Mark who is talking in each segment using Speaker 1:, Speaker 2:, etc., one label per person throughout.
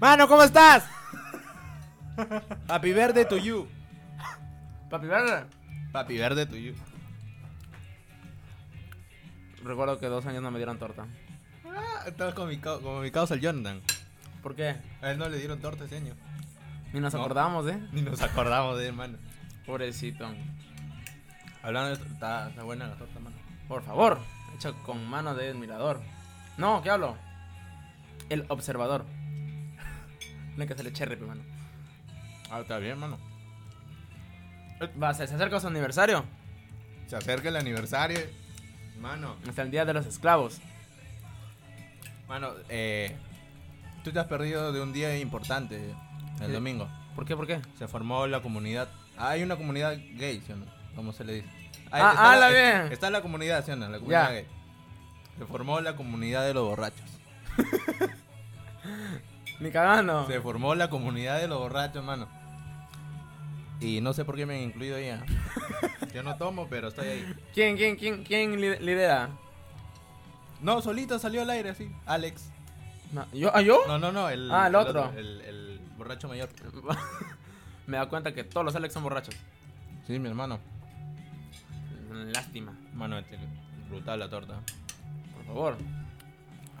Speaker 1: Mano, ¿cómo estás? Happy verde to you.
Speaker 2: Papi, ¿verdad?
Speaker 1: Papi verde to you.
Speaker 2: Recuerdo que dos años no me dieron torta.
Speaker 1: Ah, estabas como mi, cau- como mi causa el Jonathan.
Speaker 2: ¿Por qué?
Speaker 1: A él no le dieron torta ese año.
Speaker 2: Ni nos
Speaker 1: No.
Speaker 2: acordamos, ¿eh?
Speaker 1: Ni nos acordamos de él, mano.
Speaker 2: Pobrecito.
Speaker 1: Hablando de esto, está, está buena la torta, mano.
Speaker 2: Por favor, hecha con mano de admirador. No, ¿qué hablo? El observador. Tiene que hacerle cherry, hermano.
Speaker 1: Ah, está bien, mano.
Speaker 2: Va, se se acerca su aniversario.
Speaker 1: Se acerca el aniversario. Mano.
Speaker 2: Hasta el Día de los Esclavos.
Speaker 1: Mano, eh. Tú te has perdido de un día importante, el
Speaker 2: Sí.
Speaker 1: domingo.
Speaker 2: ¿Por qué? ¿Por qué?
Speaker 1: Se formó la comunidad. Ah, Hay una comunidad gay, ¿sí o no? ¿Cómo se le dice? Ahí
Speaker 2: Ah,
Speaker 1: está
Speaker 2: ah, la
Speaker 1: es-
Speaker 2: bien.
Speaker 1: Está la comunidad, ¿sí o no? La comunidad
Speaker 2: Ya.
Speaker 1: gay. Se formó la comunidad de los borrachos.
Speaker 2: Ni cagando.
Speaker 1: Se formó la comunidad de los borrachos, mano. Y no sé por qué me han incluido ahí. ¿ah? Yo no tomo, pero estoy ahí.
Speaker 2: ¿Quién, quién, quién, quién li- lidera?
Speaker 1: No, solito salió al aire, sí. Alex.
Speaker 2: No, ¿Yo? ¿Ah, yo?
Speaker 1: No, no, no. El,
Speaker 2: Ah, el otro.
Speaker 1: el, el borracho mayor.
Speaker 2: me da cuenta que todos los Alex son borrachos.
Speaker 1: Sí, mi hermano.
Speaker 2: Lástima.
Speaker 1: Mano, este, brutal la torta.
Speaker 2: Por favor.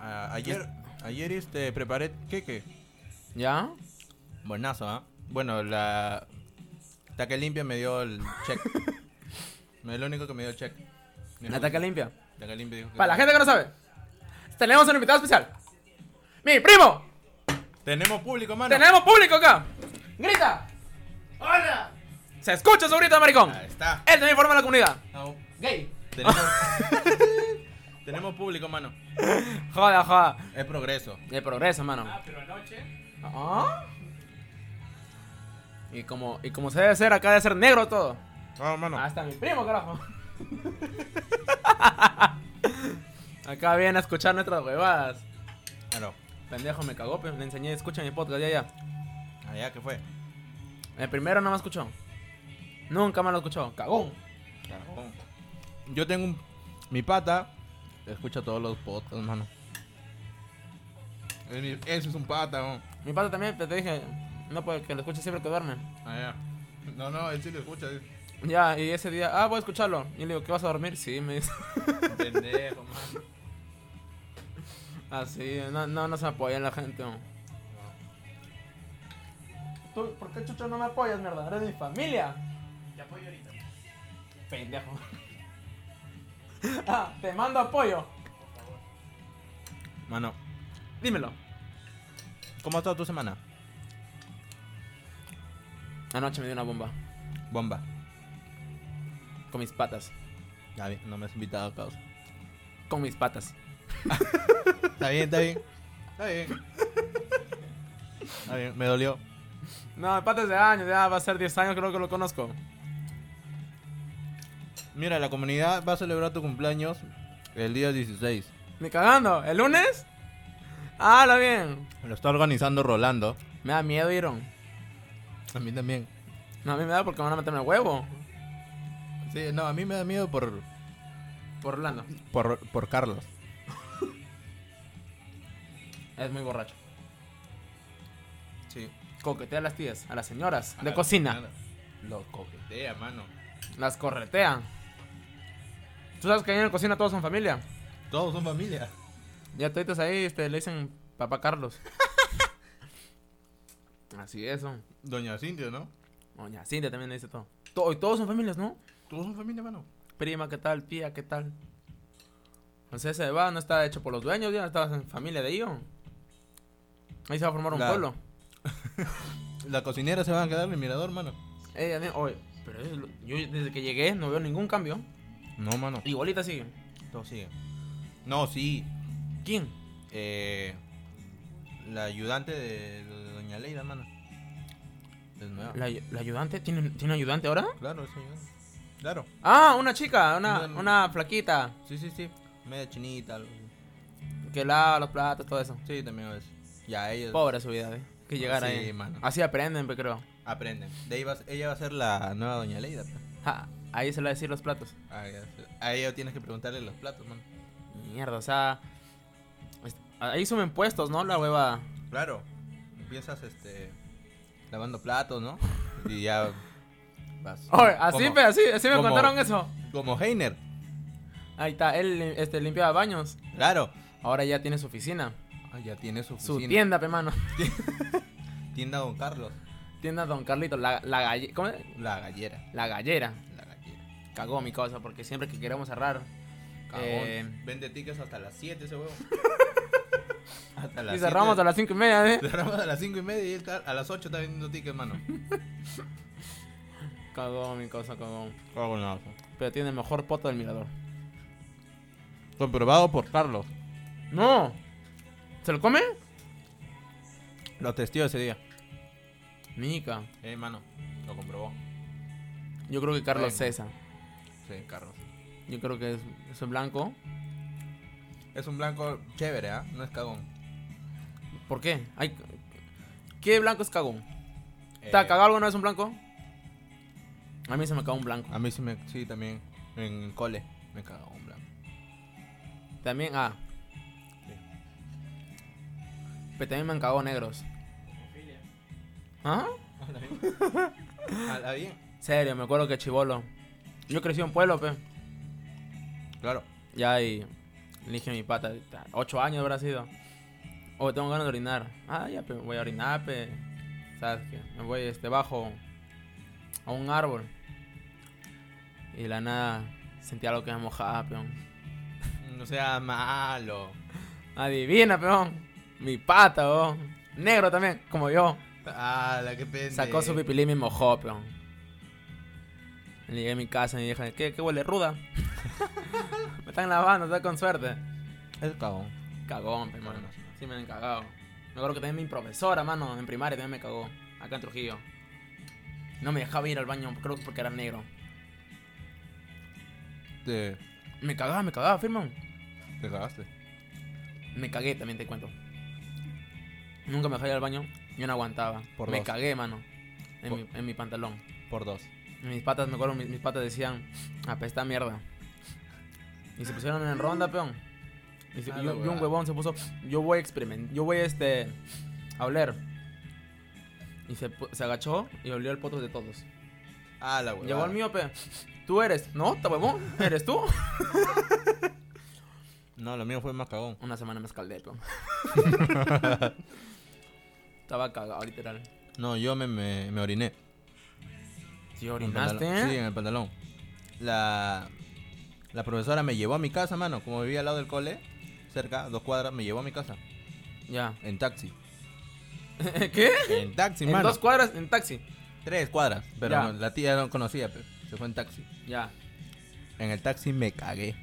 Speaker 1: Ah, ayer, ayer este, preparé queque.
Speaker 2: ¿Ya?
Speaker 1: Buenazo, ¿ah? Bueno, la. Taque limpia me dio el check. es lo único que me dio el check.
Speaker 2: ¿La taca limpia.
Speaker 1: Taca limpia dijo que-
Speaker 2: Para la gente que no sabe, tenemos un invitado especial. ¡Mi primo!
Speaker 1: Tenemos público, mano.
Speaker 2: ¡Tenemos público acá! ¡Grita! ¡Hola! Se escucha su grito de maricón.
Speaker 1: Ahí está.
Speaker 2: Él también forma la comunidad.
Speaker 1: No,
Speaker 2: ¡Gay!
Speaker 1: Tenemos, tenemos público, mano.
Speaker 2: Joda, joda.
Speaker 1: Es progreso.
Speaker 2: De progreso, mano.
Speaker 3: pero anoche.
Speaker 2: Ah. Y como, y como se debe ser, acá debe ser negro todo.
Speaker 1: No, mano.
Speaker 2: Hasta mi primo, carajo. acá viene a escuchar nuestras huevadas.
Speaker 1: Claro.
Speaker 2: Pendejo, me cagó, pero le enseñé, escucha mi podcast, ya, ya.
Speaker 1: Allá que fue.
Speaker 2: El primero no me escuchó. Nunca me lo escuchó. Cagón.
Speaker 1: Yo tengo un. Mi pata. Escucha todos los podcasts, mano. Es mi- Ese es un pata, ¿no?
Speaker 2: Mi pata también, pero te dije, no puede que lo escuche siempre que duerme.
Speaker 1: Allá. No, no, él sí lo escucha. dice.
Speaker 2: Ya, y ese día, ah, voy a escucharlo. Y le digo, ¿qué vas a dormir? Sí, me dice.
Speaker 1: Pendejo, mano.
Speaker 2: Así, no, no, no se me apoya la gente. no. ¿Tú, ¿Por qué chucho no me apoyas, mierda? Eres mi familia.
Speaker 3: Te apoyo ahorita.
Speaker 2: Pendejo. ah, te mando apoyo.
Speaker 1: Mano,
Speaker 2: Dímelo.
Speaker 1: ¿cómo ha estado tu semana?
Speaker 2: Anoche me dio una bomba
Speaker 1: Bomba.
Speaker 2: con mis patas.
Speaker 1: Ya bien, no me has invitado a causa.
Speaker 2: Con mis patas.
Speaker 1: Está bien, está bien. Está bien. Está bien, me dolió.
Speaker 2: No, patas de años, ya va a ser 10 años creo que lo conozco.
Speaker 1: Mira, la comunidad va a celebrar tu cumpleaños el día 16.
Speaker 2: Ni cagando. ¿El lunes? Ah, la bien.
Speaker 1: Lo está organizando Rolando.
Speaker 2: Me da miedo, Iron.
Speaker 1: A mí también.
Speaker 2: No, a mí me da porque me van a meterme el huevo.
Speaker 1: Sí, no, a mí me da miedo por,
Speaker 2: Por Orlando.
Speaker 1: por, por Carlos.
Speaker 2: Es muy borracho.
Speaker 1: Sí.
Speaker 2: Coquetea a las tías, a las señoras de cocina.
Speaker 1: Lo coquetea, mano.
Speaker 2: Las corretea. Tú sabes que ahí en la cocina todos son familia.
Speaker 1: Todos son familia.
Speaker 2: Ya todos ahí este, le dicen papá Carlos. Así es, son.
Speaker 1: Doña Cintia, ¿no?
Speaker 2: Doña Cintia también le dice todo. To- y todos son familias, ¿no?
Speaker 1: Todos son familia, mano.
Speaker 2: Prima, ¿qué tal? Tía, ¿qué tal? Entonces ese va, no está hecho por los dueños, ya no está en familia de ellos. Ahí se va a formar un
Speaker 1: Claro.
Speaker 2: pueblo.
Speaker 1: La cocinera se van a quedar en el mirador, mano.
Speaker 2: Ella dice, oye, pero es lo- yo desde que llegué no veo ningún cambio.
Speaker 1: No, mano.
Speaker 2: Igualita sigue.
Speaker 1: Todo sigue. No, sí.
Speaker 2: ¿Quién?
Speaker 1: Eh, la ayudante de Doña Leida, mano. Es nueva.
Speaker 2: ¿La, la ayudante? ¿Tiene, ¿Tiene ayudante ahora?
Speaker 1: Claro, es ayudante. Claro.
Speaker 2: Ah, una chica, una,
Speaker 1: No, no.
Speaker 2: una flaquita
Speaker 1: Sí, sí, sí. Media chinita, algo así.
Speaker 2: que lava los platos, todo eso.
Speaker 1: Sí, también es. Ya, ellos
Speaker 2: Pobre su vida, ¿eh? Que llegara
Speaker 1: Sí,
Speaker 2: ahí.
Speaker 1: mano.
Speaker 2: Así aprenden, pe, creo.
Speaker 1: aprenden. De ahí va, a- ella va a ser la nueva Doña Leida. pues. Ah, pe.
Speaker 2: Ja, ahí se le va a decir los platos.
Speaker 1: A ella- a ella tienes que preguntarle los platos, mano.
Speaker 2: Mierda, o sea. es- Ahí suben puestos, ¿no? La hueva.
Speaker 1: Claro. empiezas este lavando platos, ¿no? Y ya vas.
Speaker 2: Oye, así,
Speaker 1: Como-
Speaker 2: me, así, así me
Speaker 1: como-
Speaker 2: contaron eso.
Speaker 1: Como Heiner,
Speaker 2: Ahí está, él este, limpiaba baños.
Speaker 1: claro.
Speaker 2: Ahora ya tiene su oficina.
Speaker 1: Ah, ya tiene su
Speaker 2: Su
Speaker 1: oficina.
Speaker 2: tienda, pe mano.
Speaker 1: Tienda Don Carlos.
Speaker 2: Tienda Don Carlito, la, la galle- ¿cómo es?
Speaker 1: La gallera.
Speaker 2: La gallera.
Speaker 1: La gallera.
Speaker 2: Cagó mi cosa, porque siempre que queremos cerrar.
Speaker 1: Cagón.
Speaker 2: Eh.
Speaker 1: Vende tickets hasta las 7 ese huevo. hasta
Speaker 2: Y cerramos
Speaker 1: siete.
Speaker 2: a las cinco y media, ¿eh?
Speaker 1: Cerramos a las 5 y media y él está- a las 8 está vendiendo tickets, mano.
Speaker 2: Cagó mi cosa, cagó.
Speaker 1: Hago nada.
Speaker 2: Pero tiene el mejor poto del mirador.
Speaker 1: Comprobado por Carlos.
Speaker 2: ¡No! ¿Se lo come?
Speaker 1: Lo testió ese día.
Speaker 2: Mica.
Speaker 1: Eh, mano. Lo comprobó.
Speaker 2: Yo creo que Carlos
Speaker 1: Bueno.
Speaker 2: César.
Speaker 1: Sí, Carlos.
Speaker 2: Yo creo que es, es un blanco.
Speaker 1: Es un blanco chévere, ¿ah? No es cagón.
Speaker 2: ¿Por qué? Ay, ¿Qué blanco es cagón?
Speaker 1: Eh,
Speaker 2: ¿Está cagado alguna vez un blanco? A mí se me cagó un blanco.
Speaker 1: A mí sí, me, sí también. En el cole me cagó un blanco.
Speaker 2: También, ah.
Speaker 1: Sí.
Speaker 2: Pero también me han cagado negros. ¿Ah?
Speaker 1: ¿Habla bien?
Speaker 2: Serio, me acuerdo que chivolo. Yo crecí en pueblo, pe.
Speaker 1: Claro.
Speaker 2: Ya y le dije a mi pata, ta- ocho años habrá sido. Oh, tengo ganas de orinar. Ah, ya, pe, voy a orinar, pe. ¿Sabes qué? Me voy este bajo a un árbol. Y de la nada sentí algo que me mojaba, peón.
Speaker 1: No sea malo.
Speaker 2: Adivina, peón. Mi pata, peón. Negro también, como yo.
Speaker 1: Ah, la que pende.
Speaker 2: Sacó su pipilí y me mojó, peón. Llegué a mi casa y me dije, ¿qué, qué huele ruda? me están lavando, está con suerte.
Speaker 1: Es cagón.
Speaker 2: Cagón, pe, mano. Sí, me han cagado. Me acuerdo que también mi profesora, mano, en primaria también me cagó. Acá en Trujillo. No me dejaba ir al baño, creo que porque era negro.
Speaker 1: Te,
Speaker 2: Me cagaba, me cagaba, firma.
Speaker 1: te cagaste.
Speaker 2: Me cagué, también te cuento. Nunca me dejaba ir al baño. Yo no aguantaba.
Speaker 1: Por
Speaker 2: me
Speaker 1: dos.
Speaker 2: cagué, mano. En,
Speaker 1: Por-
Speaker 2: mi, en mi pantalón.
Speaker 1: Por dos.
Speaker 2: Mis patas, me acuerdo, mis, mis patas decían, apesta a mierda. Y se pusieron en ronda, peón. Y, se-
Speaker 1: Ah,
Speaker 2: y
Speaker 1: la
Speaker 2: un- y un
Speaker 1: huevada.
Speaker 2: huevón se puso, yo voy a experimentar, yo voy este, a oler. Y se, pu- se agachó y olió el poto de todos.
Speaker 1: Ah, la huevada.
Speaker 2: Llegó el mío, pe. Tú eres, no, ta huevón, eres tú.
Speaker 1: No, lo mío fue más cagón.
Speaker 2: Una semana me escaldé, peón. Estaba cagado, literal.
Speaker 1: No, yo me, me, me oriné.
Speaker 2: Si
Speaker 1: En el pantalón.
Speaker 2: orinaste,
Speaker 1: Sí, en el pantalón. La, la profesora me llevó a mi casa, mano. Como vivía al lado del cole, cerca, dos cuadras, me llevó a mi casa.
Speaker 2: ya.
Speaker 1: En taxi.
Speaker 2: ¿Qué?
Speaker 1: En taxi,
Speaker 2: en
Speaker 1: mano.
Speaker 2: dos cuadras, en taxi.
Speaker 1: Tres cuadras. Pero
Speaker 2: Ya.
Speaker 1: no, la tía no conocía, pero se fue en taxi.
Speaker 2: Ya.
Speaker 1: En el taxi me cagué.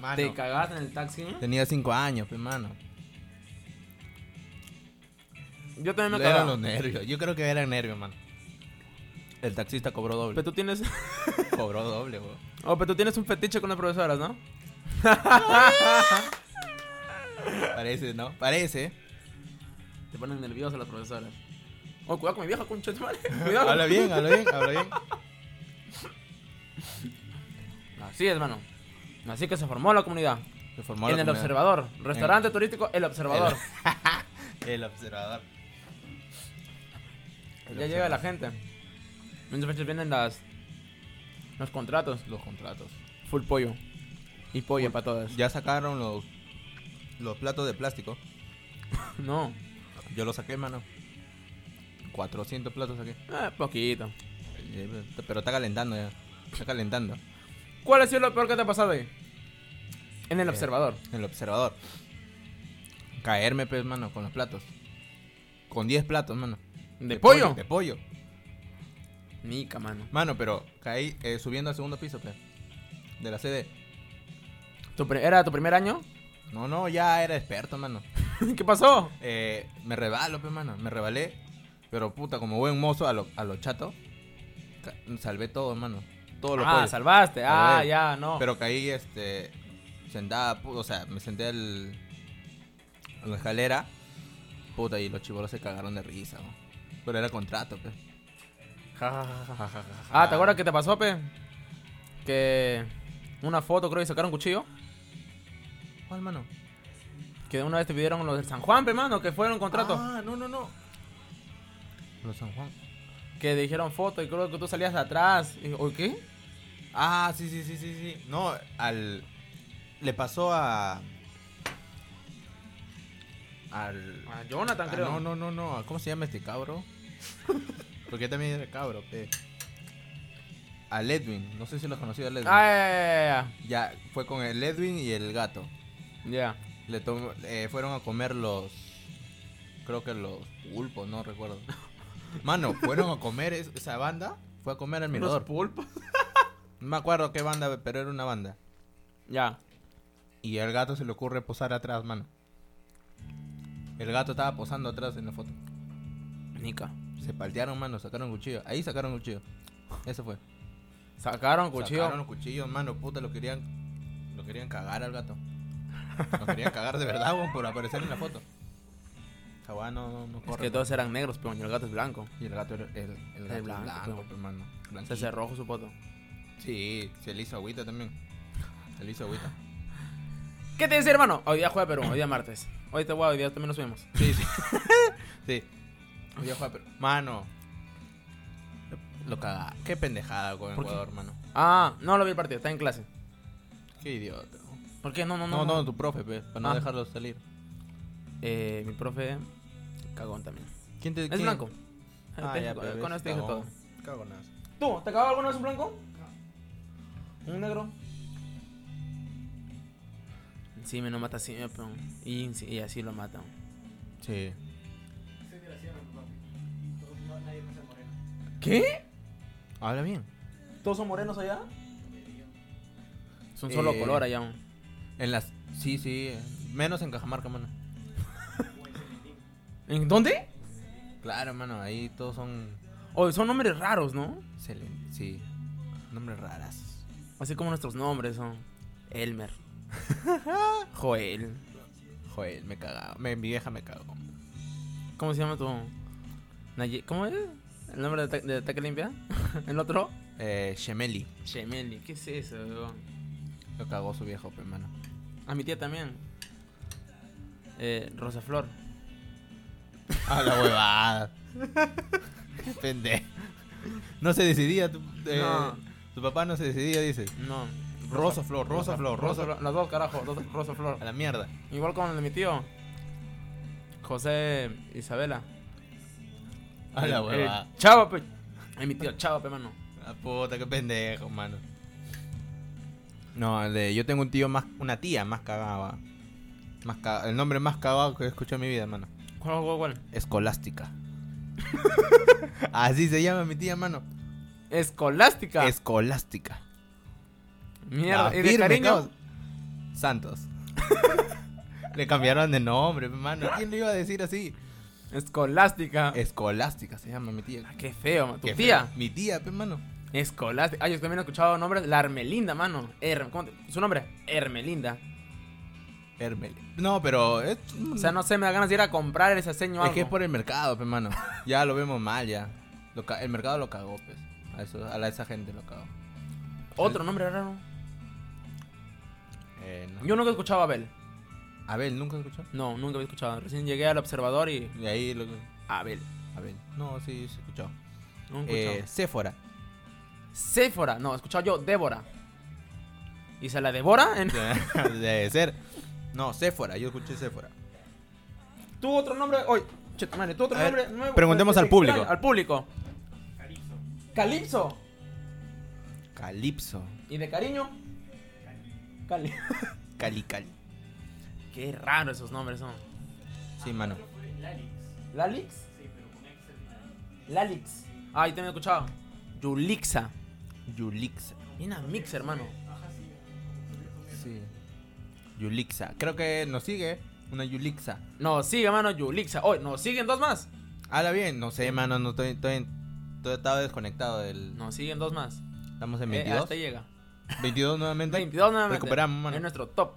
Speaker 1: Mano.
Speaker 2: ¿Te cagaste en el taxi?
Speaker 1: Tenía cinco años, pues, mano.
Speaker 2: Yo también me
Speaker 1: Eran
Speaker 2: cagaba.
Speaker 1: los nervios. Yo creo que eran nervios, mano. El taxista cobró doble.
Speaker 2: Pero tú tienes.
Speaker 1: Cobró doble, weón.
Speaker 2: Oh, pero tú tienes un fetiche con las profesoras, ¿no?
Speaker 1: Parece, ¿no? Parece.
Speaker 2: Te ponen nervioso las profesoras. Oh, cuidado con mi vieja, concha de tu madre. Cuidado.
Speaker 1: habla bien, habla bien, habla bien.
Speaker 2: Así es, mano. Así que se formó la comunidad.
Speaker 1: Se formó
Speaker 2: en
Speaker 1: la
Speaker 2: el
Speaker 1: comunidad.
Speaker 2: observador. Restaurante turístico, el observador.
Speaker 1: El observador. El
Speaker 2: ya llega la gente. Muchas veces vienen las. Los contratos.
Speaker 1: Los contratos.
Speaker 2: Full pollo. Y pollo para todas.
Speaker 1: Ya sacaron los, los platos de plástico.
Speaker 2: No.
Speaker 1: Yo los saqué, mano. 400 platos saqué.
Speaker 2: Eh, poquito.
Speaker 1: Eh, Pero está calentando ya. Está calentando.
Speaker 2: ¿Cuál ha sido lo peor que te ha pasado ahí? En el
Speaker 1: Eh.
Speaker 2: observador.
Speaker 1: El observador. Caerme, pues, mano, con los platos. Con 10 platos, mano.
Speaker 2: ¿De, pollo?
Speaker 1: De pollo.
Speaker 2: Nica, mano.
Speaker 1: Mano, pero caí eh, subiendo al segundo piso, pues. De la CD.
Speaker 2: ¿Tu pri- ¿Era tu primer año?
Speaker 1: No, no, ya era experto, mano.
Speaker 2: ¿Qué pasó?
Speaker 1: Eh, me rebalo, pues, mano. Me rebalé. Pero puta, como buen mozo a lo, a lo chato, ca- salvé todo, mano. Todos los
Speaker 2: ah,
Speaker 1: pollos.
Speaker 2: salvaste. Ah,
Speaker 1: Salvé.
Speaker 2: ya, no.
Speaker 1: Pero caí, este. Sentada, pu- o sea, me senté al, a la escalera. Puta, y los chibolos se cagaron de risa, ¿no? Pero era contrato, pues.
Speaker 2: Ja, ja, ja, ja, ja, ja. Ah, ¿te acuerdas que te pasó, pe? Que una foto creo que sacaron cuchillo.
Speaker 1: ¿Cuál, mano?
Speaker 2: Que una vez te pidieron los del San Juan, pe, mano, que fueron contrato.
Speaker 1: Ah, no, no, no. Los San Juan.
Speaker 2: Que dijeron foto y creo que tú salías de atrás. Y, ¿O qué?
Speaker 1: Ah, sí, sí, sí, sí, sí. No, al. Le pasó a. Al.
Speaker 2: A Jonathan,
Speaker 1: Ah,
Speaker 2: creo.
Speaker 1: No, no, no, no. ¿Cómo se llama este cabro? Porque yo también era cabro, pe. A Ledwin. No sé si lo has conocido a Ledwin.
Speaker 2: Ah, ya,
Speaker 1: Ya, fue con el Ledwin y el gato.
Speaker 2: ya, ya, ya. Ya.
Speaker 1: Le tom- eh, fueron a comer los. Creo que los pulpos, no recuerdo. Mano, fueron a comer es- esa banda. Fue a comer al
Speaker 2: ¿Los
Speaker 1: mirador.
Speaker 2: pulpos?
Speaker 1: No me acuerdo qué banda, pero era una banda.
Speaker 2: Ya.
Speaker 1: Y al gato se le ocurre posar atrás, mano. El gato estaba posando atrás en la foto.
Speaker 2: Nica.
Speaker 1: Se paltearon, mano, sacaron cuchillo. Ahí sacaron cuchillo. Eso fue.
Speaker 2: Sacaron cuchillo.
Speaker 1: Sacaron los cuchillos, mano, puta, lo querían. Lo querían cagar al gato. Lo querían cagar de verdad, weón, por aparecer en la foto. Esa weá no, no, no
Speaker 2: Es
Speaker 1: corre.
Speaker 2: que todos eran negros, pero el gato es blanco.
Speaker 1: Y el gato era el, el, gato es
Speaker 2: blanco,
Speaker 1: blanco, pues,
Speaker 2: pero-
Speaker 1: hermano.
Speaker 2: Se
Speaker 1: Blanquito.
Speaker 2: hace rojo su poto.
Speaker 1: Sí, se le hizo agüita también. Se le hizo agüita.
Speaker 2: ¿Qué te dice, hermano? Hoy día juega Perú, hoy día martes. Hoy te voy, hoy día también nos vemos.
Speaker 1: Sí, sí. sí. Oye, Juan, pero- Mano. Lo caga. Qué pendejada con
Speaker 2: ¿Por qué?
Speaker 1: Ecuador, mano.
Speaker 2: Ah, no lo vi el partido, está en clase.
Speaker 1: Qué idiota.
Speaker 2: ¿Por qué? No, no, no.
Speaker 1: No, no, tu profe, pe, para no
Speaker 2: Ah.
Speaker 1: dejarlo salir.
Speaker 2: Eh, mi profe, cagón también.
Speaker 1: ¿Quién te,
Speaker 2: Es
Speaker 1: quién?
Speaker 2: blanco.
Speaker 1: Ah,
Speaker 2: Te-
Speaker 1: ya, pe,
Speaker 2: con
Speaker 1: ves,
Speaker 2: esto dije todo.
Speaker 1: cagón. Cagonazo.
Speaker 2: ¿Tú? ¿Te acabó alguna vez un blanco? ¿Un negro? Sí, me lo mata así, me pon- y, y así lo matan.
Speaker 1: Sí.
Speaker 2: ¿Qué?
Speaker 1: Habla bien.
Speaker 2: ¿Todos son morenos allá? Es un solo
Speaker 1: Eh,
Speaker 2: color allá. un-
Speaker 1: En las. Sí, sí. eh, Menos en Cajamarca, mano.
Speaker 2: ¿En dónde?
Speaker 1: Claro, mano. Ahí todos son.
Speaker 2: Oh, son nombres raros, ¿no?
Speaker 1: Excelente. Sí. Nombres raras.
Speaker 2: Así como nuestros nombres son Elmer, Joel.
Speaker 1: Joder, me cagaba. Me, mi vieja me cagó.
Speaker 2: ¿Cómo se llama tu? Naye- ¿Cómo es? ¿El nombre de, ata- de ataque limpia? ¿El otro?
Speaker 1: Eh, Shemeli.
Speaker 2: Chemeli, ¿qué es eso? weón?
Speaker 1: Lo cagó su viejo, pe, mano.
Speaker 2: A Ah, mi tía también. Eh, Rosa Flor.
Speaker 1: A la huevada. Qué pendejo. No se decidía. Tu, eh,
Speaker 2: No.
Speaker 1: tu papá no se decidía, dice.
Speaker 2: No.
Speaker 1: Rosa Flor, Rosa Flor, Rosa Flor.
Speaker 2: Las dos, carajo. dos- Rosa Flor.
Speaker 1: A la mierda.
Speaker 2: Igual con el de mi tío. José Isabela. Eh,
Speaker 1: A la
Speaker 2: El- el
Speaker 1: huevada.
Speaker 2: Chava, pe. Ay, Eh, mi tío, Chava, pe, mano.
Speaker 1: La puta, qué pendejo, mano. No, el de, yo tengo un tío más. Una tía más cagada. Más ca- el nombre más cagado que he escuchado en mi vida, mano.
Speaker 2: ¿Cuál, cuál, cuál?
Speaker 1: Escolástica. Así se llama mi tía, mano.
Speaker 2: Escolástica.
Speaker 1: Escolástica.
Speaker 2: Mierda.
Speaker 1: La
Speaker 2: ¿Y de
Speaker 1: firme,
Speaker 2: cariño?
Speaker 1: caos. Santos. le cambiaron de nombre, hermano. ¿Quién le iba a decir así?
Speaker 2: Escolástica.
Speaker 1: Escolástica se llama mi tía.
Speaker 2: Ah, Qué feo, ma. tu
Speaker 1: Qué
Speaker 2: tía.
Speaker 1: feo. Mi tía, hermano.
Speaker 2: Escolástica. Ay, yo también he escuchado nombres. La Hermelinda, mano. Her- ¿cómo te- Su nombre, Hermelinda.
Speaker 1: Hermel. No, pero es,
Speaker 2: O sea, no sé, me da ganas de ir a comprar ese seño
Speaker 1: es
Speaker 2: algo.
Speaker 1: que es por el mercado, hermano. Ya lo vemos mal, ya. Lo ca- el mercado lo cagó, pues. A, eso, a la- esa gente lo cagó.
Speaker 2: Otro nombre raro.
Speaker 1: Eh, no.
Speaker 2: Yo nunca he escuchado a Abel.
Speaker 1: Abel, ¿nunca escuchó?
Speaker 2: No, nunca había escuchado. Recién llegué al observador y.
Speaker 1: Y ahí lo...
Speaker 2: Abel.
Speaker 1: Abel. No, sí, se escuchó.
Speaker 2: Nunca he
Speaker 1: Eh,
Speaker 2: escuchado.
Speaker 1: Sephora.
Speaker 2: Séfora. No, he escuchado yo Débora. ¿Y se la devora? En...
Speaker 1: Debe ser. No, Sephora. Yo escuché Sephora.
Speaker 2: ¿Tú otro nombre? Oye, cheta madre, ¿tú otro
Speaker 1: A ver,
Speaker 2: nombre? nuevo?
Speaker 1: preguntemos
Speaker 2: Pues,
Speaker 1: al público.
Speaker 2: extraño, Al público. Calipso. Calipso.
Speaker 1: Calipso.
Speaker 2: ¿Y de cariño? Cali.
Speaker 1: Cali, Cali.
Speaker 2: Qué raro esos nombres son.
Speaker 1: Sí, mano.
Speaker 2: ¿Lalix? Sí, pero con Lalix. Ah, yo también he escuchado. Yulixa.
Speaker 1: Yulixa.
Speaker 2: Y una mix, hermano.
Speaker 1: Sí. Yulixa. Creo que nos sigue una Yulixa.
Speaker 2: No, sigue, hermano, Yulixa. Hoy, nos siguen dos más.
Speaker 1: Habla bien. No sé, mano. No estoy, estoy, en- estoy- estaba desconectado del.
Speaker 2: Nos siguen dos más.
Speaker 1: Estamos en
Speaker 2: Eh,
Speaker 1: 22.
Speaker 2: hasta ahí llega.
Speaker 1: 22 nuevamente.
Speaker 2: 22 nuevamente.
Speaker 1: Recuperamos, mano.
Speaker 2: Es nuestro top.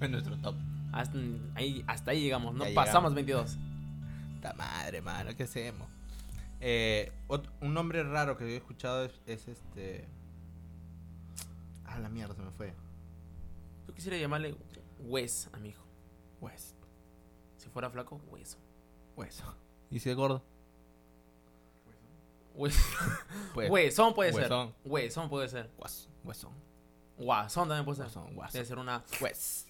Speaker 1: En nuestro top.
Speaker 2: Hasta ahí, hasta ahí llegamos. No
Speaker 1: Ya
Speaker 2: pasamos 22.
Speaker 1: Ta madre, mano. ¿Qué hacemos? Eh, ot- un nombre raro que he escuchado es, es este. Ah, la mierda, se me fue.
Speaker 2: Yo quisiera llamarle Wes a mi hijo.
Speaker 1: Hueso.
Speaker 2: Si fuera flaco, hueso.
Speaker 1: Hueso. ¿Y si es gordo?
Speaker 2: Hueso.
Speaker 1: Pues,
Speaker 2: Huesón puede
Speaker 1: Huesón.
Speaker 2: ser. Huesón puede ser.
Speaker 1: Hueso. Hueso.
Speaker 2: Guasón también puede ser.
Speaker 1: Hueso.
Speaker 2: Debe ser una.
Speaker 1: Hueso.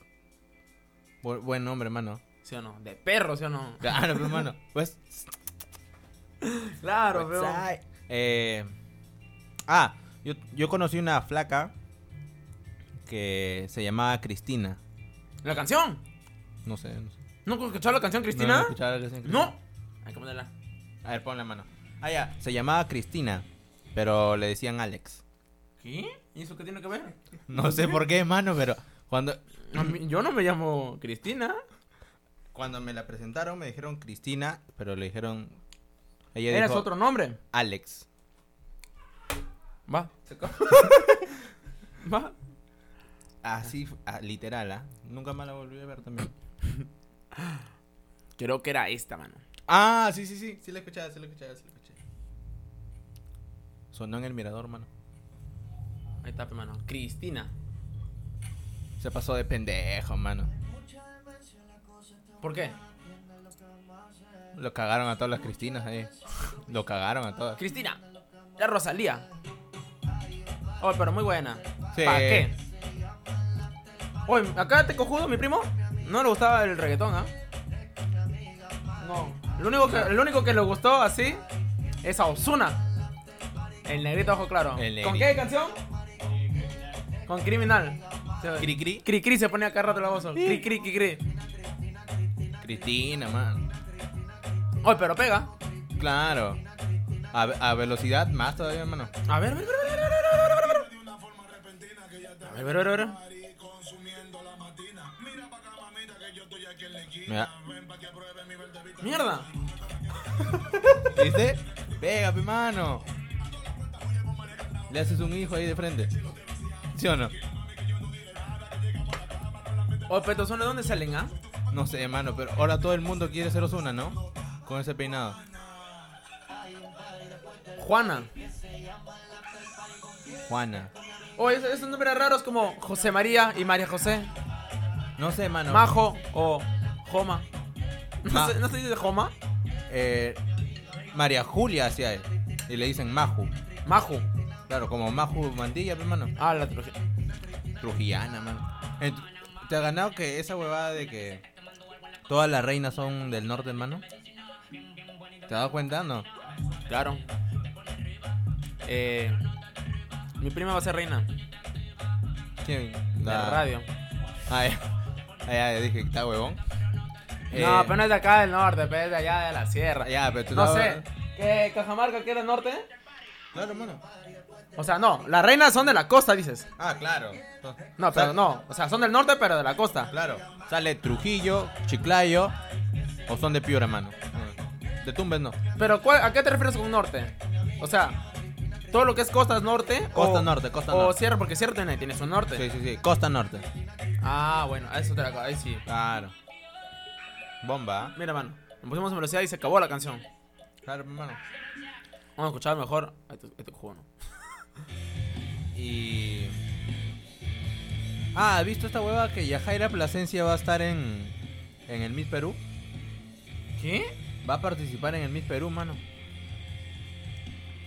Speaker 1: Bu- Buen nombre, hermano.
Speaker 2: ¿Sí o no? De perro, ¿sí o no?
Speaker 1: Claro, pues, hermano. Pues.
Speaker 2: Claro, pero.
Speaker 1: Westside. Eh, ah, yo, yo conocí una flaca que se llamaba Cristina.
Speaker 2: ¿La canción?
Speaker 1: No sé. No, sé.
Speaker 2: ¿No has escuchado la canción,
Speaker 1: No, no
Speaker 2: Cristina?
Speaker 1: escuchaba la canción,
Speaker 2: No. Hay que ponerla.
Speaker 1: Cristina. A ver, pon la mano. Ah, ya. Se llamaba Cristina, pero le decían Alex.
Speaker 2: ¿Qué? ¿Y eso qué tiene que ver?
Speaker 1: No sé por qué, hermano, pero cuando,
Speaker 2: A mí- yo no me llamo Cristina.
Speaker 1: cuando me la presentaron me dijeron Cristina, pero le dijeron... Ella
Speaker 2: Eres
Speaker 1: dijo
Speaker 2: otro nombre.
Speaker 1: Alex.
Speaker 2: Va. Va.
Speaker 1: Así, fu- ah, literal, ¿ah? Nunca más la volví a ver también.
Speaker 2: Creo que era esta, mano.
Speaker 1: Ah, sí, sí, sí. Sí la escuchaba, sí la escuchaba, sí la escuché. Sonó en el mirador, mano.
Speaker 2: Ahí está, pe, mano. Cristina.
Speaker 1: Se pasó de pendejo, mano.
Speaker 2: ¿Por qué?
Speaker 1: Lo cagaron a todas las Cristinas ahí. Lo cagaron a todas.
Speaker 2: Cristina. La Rosalía. Oh, pero muy buena.
Speaker 1: Sí.
Speaker 2: ¿Para qué? Oye, acá te cojudo, mi primo. No le gustaba el reggaetón, ¿ah? No. El único, que, el único que le gustó así es a Osuna. El negrito ojo claro.
Speaker 1: El
Speaker 2: ¿Con
Speaker 1: negrito.
Speaker 2: qué canción? Con criminal.
Speaker 1: Cri cri.
Speaker 2: Cri cri se ponía acá rato la voz. Cri cri cri cri.
Speaker 1: Cristina, mano.
Speaker 2: Oye, pero pega.
Speaker 1: Claro. A, ve- a velocidad más todavía, mano.
Speaker 2: A ver, a ver, a ver, a ver, a ver, a ver, a ver. A ver, a ver, a ver.
Speaker 1: Mira.
Speaker 2: Mierda.
Speaker 1: ¿Viste? Pega, mi mano. Le haces un hijo ahí de frente. ¿Sí o no?
Speaker 2: Oye, Oh, pero ¿son de dónde salen, ah?
Speaker 1: No sé, mano, pero ahora todo el mundo quiere ser Osuna, ¿no? Con ese peinado.
Speaker 2: Juana.
Speaker 1: Juana.
Speaker 2: Oye, esos, esos Oh, nombres raros como José María y María José.
Speaker 1: No sé, mano.
Speaker 2: Majo o Joma.
Speaker 1: Ma-
Speaker 2: ¿No, se, ¿No se dice Joma?
Speaker 1: Eh, María Julia hacia él. Y le dicen Maju.
Speaker 2: Majo.
Speaker 1: Claro, como Maju Mandilla, pe, mano.
Speaker 2: Ah, la trilogía.
Speaker 1: Trujillana, mano. Eh, ¿Te ha ganado que esa huevada de que todas las reinas son del norte, hermano? ¿Te has dado cuenta? No.
Speaker 2: Claro. Eh, mi prima va a ser reina
Speaker 1: ¿Quién?
Speaker 2: de la radio.
Speaker 1: Ah, ya. Ah, ya, dije que está huevón.
Speaker 2: No,
Speaker 1: Eh,
Speaker 2: pero no es de acá del norte, pero es de allá de la sierra.
Speaker 1: Ya, pero tú
Speaker 2: No sé.
Speaker 1: sabes-
Speaker 2: ¿Qué? ¿Cajamarca que era norte?
Speaker 1: Claro, hermano.
Speaker 2: O sea, no, las reinas son de la costa, dices.
Speaker 1: Ah, claro.
Speaker 2: No,
Speaker 1: O sea,
Speaker 2: pero no. O sea, son del norte, pero de la costa.
Speaker 1: Claro. Sale Trujillo, Chiclayo o son de Piura, hermano. De Tumbes no.
Speaker 2: Pero ¿cuál- ¿a qué te refieres con norte? O sea, todo lo que es costas norte.
Speaker 1: Costa
Speaker 2: o,
Speaker 1: norte, costa
Speaker 2: O
Speaker 1: norte.
Speaker 2: sierra, porque sierra tiene, tiene su norte.
Speaker 1: Sí, sí, sí. Costa Norte.
Speaker 2: Ah, bueno, a eso te la ahí sí.
Speaker 1: Claro. Bomba. ¿eh?
Speaker 2: Mira, mano, nos pusimos en velocidad y se acabó la canción.
Speaker 1: Claro, hermano.
Speaker 2: Vamos a escuchar mejor este, este juego, ¿no?
Speaker 1: Y. Ah, ¿has visto esta hueva que Yajaira Plasencia va a estar en. en el Miss Perú?
Speaker 2: ¿Qué?
Speaker 1: Va a participar en el Miss Perú, mano.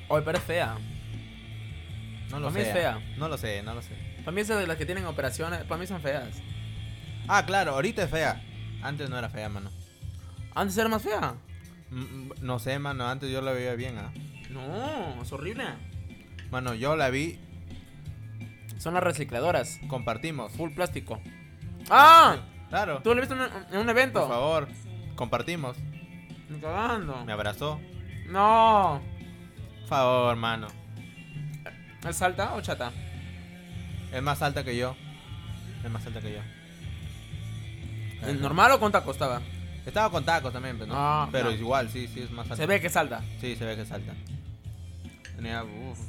Speaker 2: Oye, pero es fea.
Speaker 1: No lo
Speaker 2: Para mí
Speaker 1: sé. ah.
Speaker 2: es fea.
Speaker 1: No lo sé, no lo sé.
Speaker 2: Para mí esas de las que tienen operaciones, para mí son feas.
Speaker 1: Ah, claro, ahorita es fea. Antes no era fea, mano.
Speaker 2: ¿Antes era más fea?
Speaker 1: Mm, mm, No sé, mano, antes yo la veía bien, ¿ah?
Speaker 2: No, es horrible.
Speaker 1: Mano, yo la vi,
Speaker 2: Son las recicladoras.
Speaker 1: compartimos.
Speaker 2: Full plástico. ¡Ah!
Speaker 1: Claro,
Speaker 2: ¿Tú lo viste en un, en un evento?
Speaker 1: por favor, compartimos.
Speaker 2: Ni cagando.
Speaker 1: Me abrazó.
Speaker 2: No.
Speaker 1: Por favor, mano.
Speaker 2: ¿Es alta o chata?
Speaker 1: Es más alta que yo. Es más alta que yo.
Speaker 2: ¿En ¿Normal o cuánto costaba?
Speaker 1: Estaba con tacos también, pero, no.
Speaker 2: Ah,
Speaker 1: pero
Speaker 2: no.
Speaker 1: igual, sí, sí, es más alta.
Speaker 2: Se ve que es alta.
Speaker 1: Sí, se ve que salta. Tenía- uf.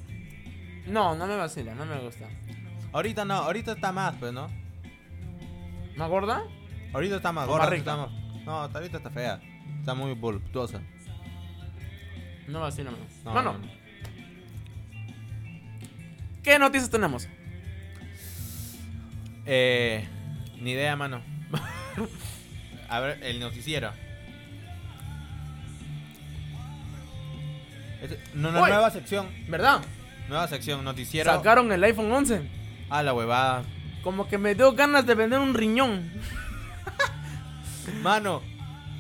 Speaker 2: No, no me vacila, no me gusta.
Speaker 1: Ahorita no, ahorita está más, pues, ¿no?
Speaker 2: ¿Más gorda?
Speaker 1: Ahorita está más
Speaker 2: Está
Speaker 1: gorda.
Speaker 2: más
Speaker 1: está
Speaker 2: rica.
Speaker 1: más- No, hasta ahorita está fea. Está muy voluptuosa.
Speaker 2: No me vacila, mano.
Speaker 1: No,
Speaker 2: Mano,
Speaker 1: no, no.
Speaker 2: ¿qué noticias tenemos?
Speaker 1: Eh, ni idea, mano. A ver, el noticiero. Este- no, no,
Speaker 2: Uy.
Speaker 1: nueva sección.
Speaker 2: ¿Verdad?
Speaker 1: Nueva sección, noticiero.
Speaker 2: Sacaron el iPhone 11.
Speaker 1: A la huevada.
Speaker 2: Como que me dio ganas de vender un riñón.
Speaker 1: Mano.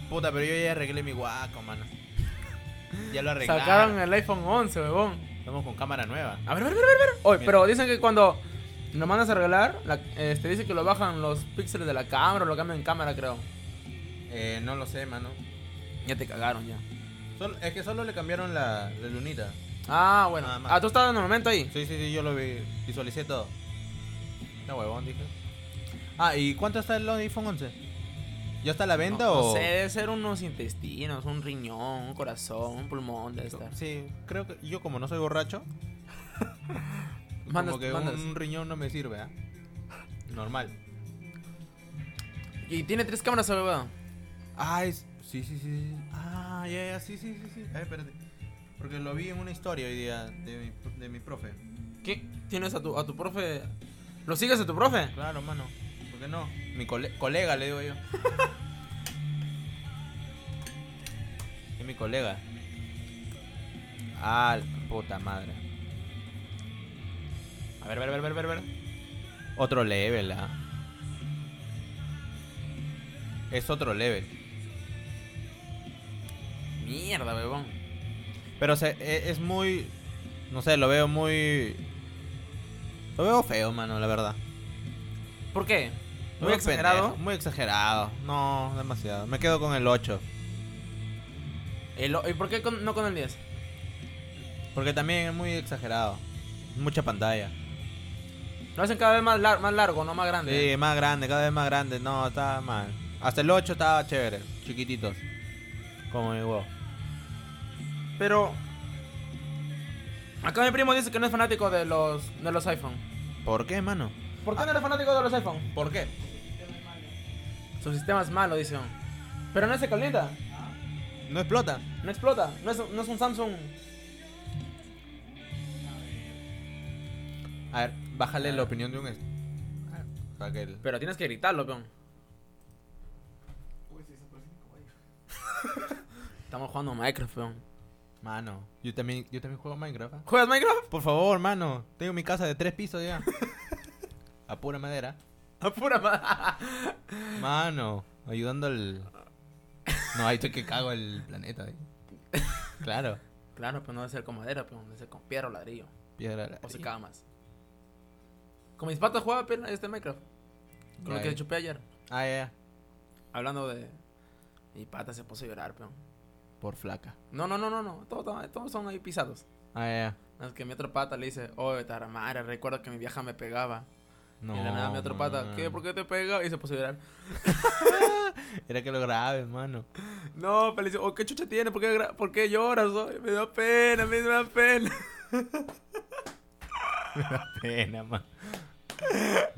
Speaker 1: Puta, pero yo ya arreglé mi guaco, mano. Ya lo arreglaron.
Speaker 2: Sacaron el iPhone 11, huevón.
Speaker 1: Estamos con cámara nueva.
Speaker 2: A ver, a ver, a ver, a ver. Oye,
Speaker 1: Mira.
Speaker 2: pero dicen que cuando lo mandas a regalar, la- este, dice que lo bajan los píxeles de la cámara o lo cambian en cámara, creo.
Speaker 1: Eh, no lo sé, mano.
Speaker 2: Ya te cagaron ya.
Speaker 1: Solo- es que solo le cambiaron la, la lunita.
Speaker 2: Ah, bueno.
Speaker 1: Nada más.
Speaker 2: Ah, tú estabas en el momento ahí.
Speaker 1: Sí, sí, sí, yo lo vi, visualicé todo. No, huevón, dije. Ah, ¿y cuánto está el iPhone 11? ¿Ya está a la venta
Speaker 2: no, no
Speaker 1: o...?
Speaker 2: sé, debe ser unos intestinos, un riñón, un corazón, un pulmón, debe estar.
Speaker 1: Sí, creo que yo como no soy borracho,
Speaker 2: Mandas-
Speaker 1: como que
Speaker 2: mandas.
Speaker 1: un riñón no me sirve, ¿ah? Normal.
Speaker 2: Y tiene tres cámaras, huevón.
Speaker 1: Ah, es... Sí, sí, sí. sí. Ah, ya, ya, sí, sí, sí, sí. A ver, espérate. Porque lo vi en una historia hoy día de mi, de mi profe.
Speaker 2: ¿Qué? ¿Tienes a tu, a tu profe? ¿Lo sigues a tu profe?
Speaker 1: Claro, mano. ¿Por qué no? Mi cole- colega, le digo yo. es mi colega. Ah, puta madre. A ver, a ver, a ver, a ver, a ver. Otro level, ah. Es otro level.
Speaker 2: Mierda, huevón.
Speaker 1: Pero se, e- es muy... No sé, lo veo muy... Lo veo feo, mano, la verdad.
Speaker 2: ¿Por qué?
Speaker 1: Muy,
Speaker 2: ¿Muy exagerado?
Speaker 1: pendejo, muy exagerado. No, demasiado. Me quedo con el 8.
Speaker 2: El o- ¿Y por qué con- no con el 10?
Speaker 1: Porque también es muy exagerado. Mucha pantalla.
Speaker 2: Lo hacen cada vez más, lar- más largo, no más
Speaker 1: Sí,
Speaker 2: grande.
Speaker 1: es más grande, cada vez más grande. No, está mal. Hasta el 8 estaba chévere. Chiquititos. Como mi huevo.
Speaker 2: Pero. Acá mi primo dice que no es fanático de los, de los iPhone.
Speaker 1: ¿Por qué, mano?
Speaker 2: ¿Por qué no eres fanático de los iPhone?
Speaker 1: ¿Por qué?
Speaker 2: Su sistema es malo, dice. Pero no se calienta,
Speaker 1: No explota.
Speaker 2: no explota, no es, no es un Samsung.
Speaker 1: A ver, bájale la opinión de un... es- A ver, Para que el-
Speaker 2: Pero tienes que gritarlo, peón. Estamos jugando Minecraft, peón.
Speaker 1: Mano, yo también, yo también juego Minecraft. ¿ah?
Speaker 2: ¿Juegas Minecraft?
Speaker 1: Por favor, mano. Tengo mi casa de tres pisos ya. A pura madera.
Speaker 2: A pura madre.
Speaker 1: Mano, ayudando al... No, ahí estoy que cago el planeta. ahí. Claro.
Speaker 2: Claro, pero no debe ser con madera, peón. Debe ser con piedra o ladrillo.
Speaker 1: Piedra.
Speaker 2: O se caga más. Con mis patas jugaba peón, este Minecraft. Con
Speaker 1: Ya,
Speaker 2: lo que
Speaker 1: ya.
Speaker 2: chupé ayer.
Speaker 1: Ah, ya, ya.
Speaker 2: Hablando de. Mi pata se puso a llorar, peón.
Speaker 1: Por flaca.
Speaker 2: No, no, no, no, no. Todos, todos- todos son ahí pisados.
Speaker 1: Ah, ya, ya.
Speaker 2: Nada más que mi otra pata le dice, oye, taramara, recuerdo que mi vieja me pegaba.
Speaker 1: No.
Speaker 2: y de la nada mi otra pata,
Speaker 1: mano.
Speaker 2: ¿qué? ¿Por qué te pega? Y se puso a llorar.
Speaker 1: Era que lo grabes, mano.
Speaker 2: No, pero le dice, oh, ¿qué chucha tiene? ¿Por qué, gra- por qué lloras? oye? me da pena, me da pena.
Speaker 1: Pena, mano.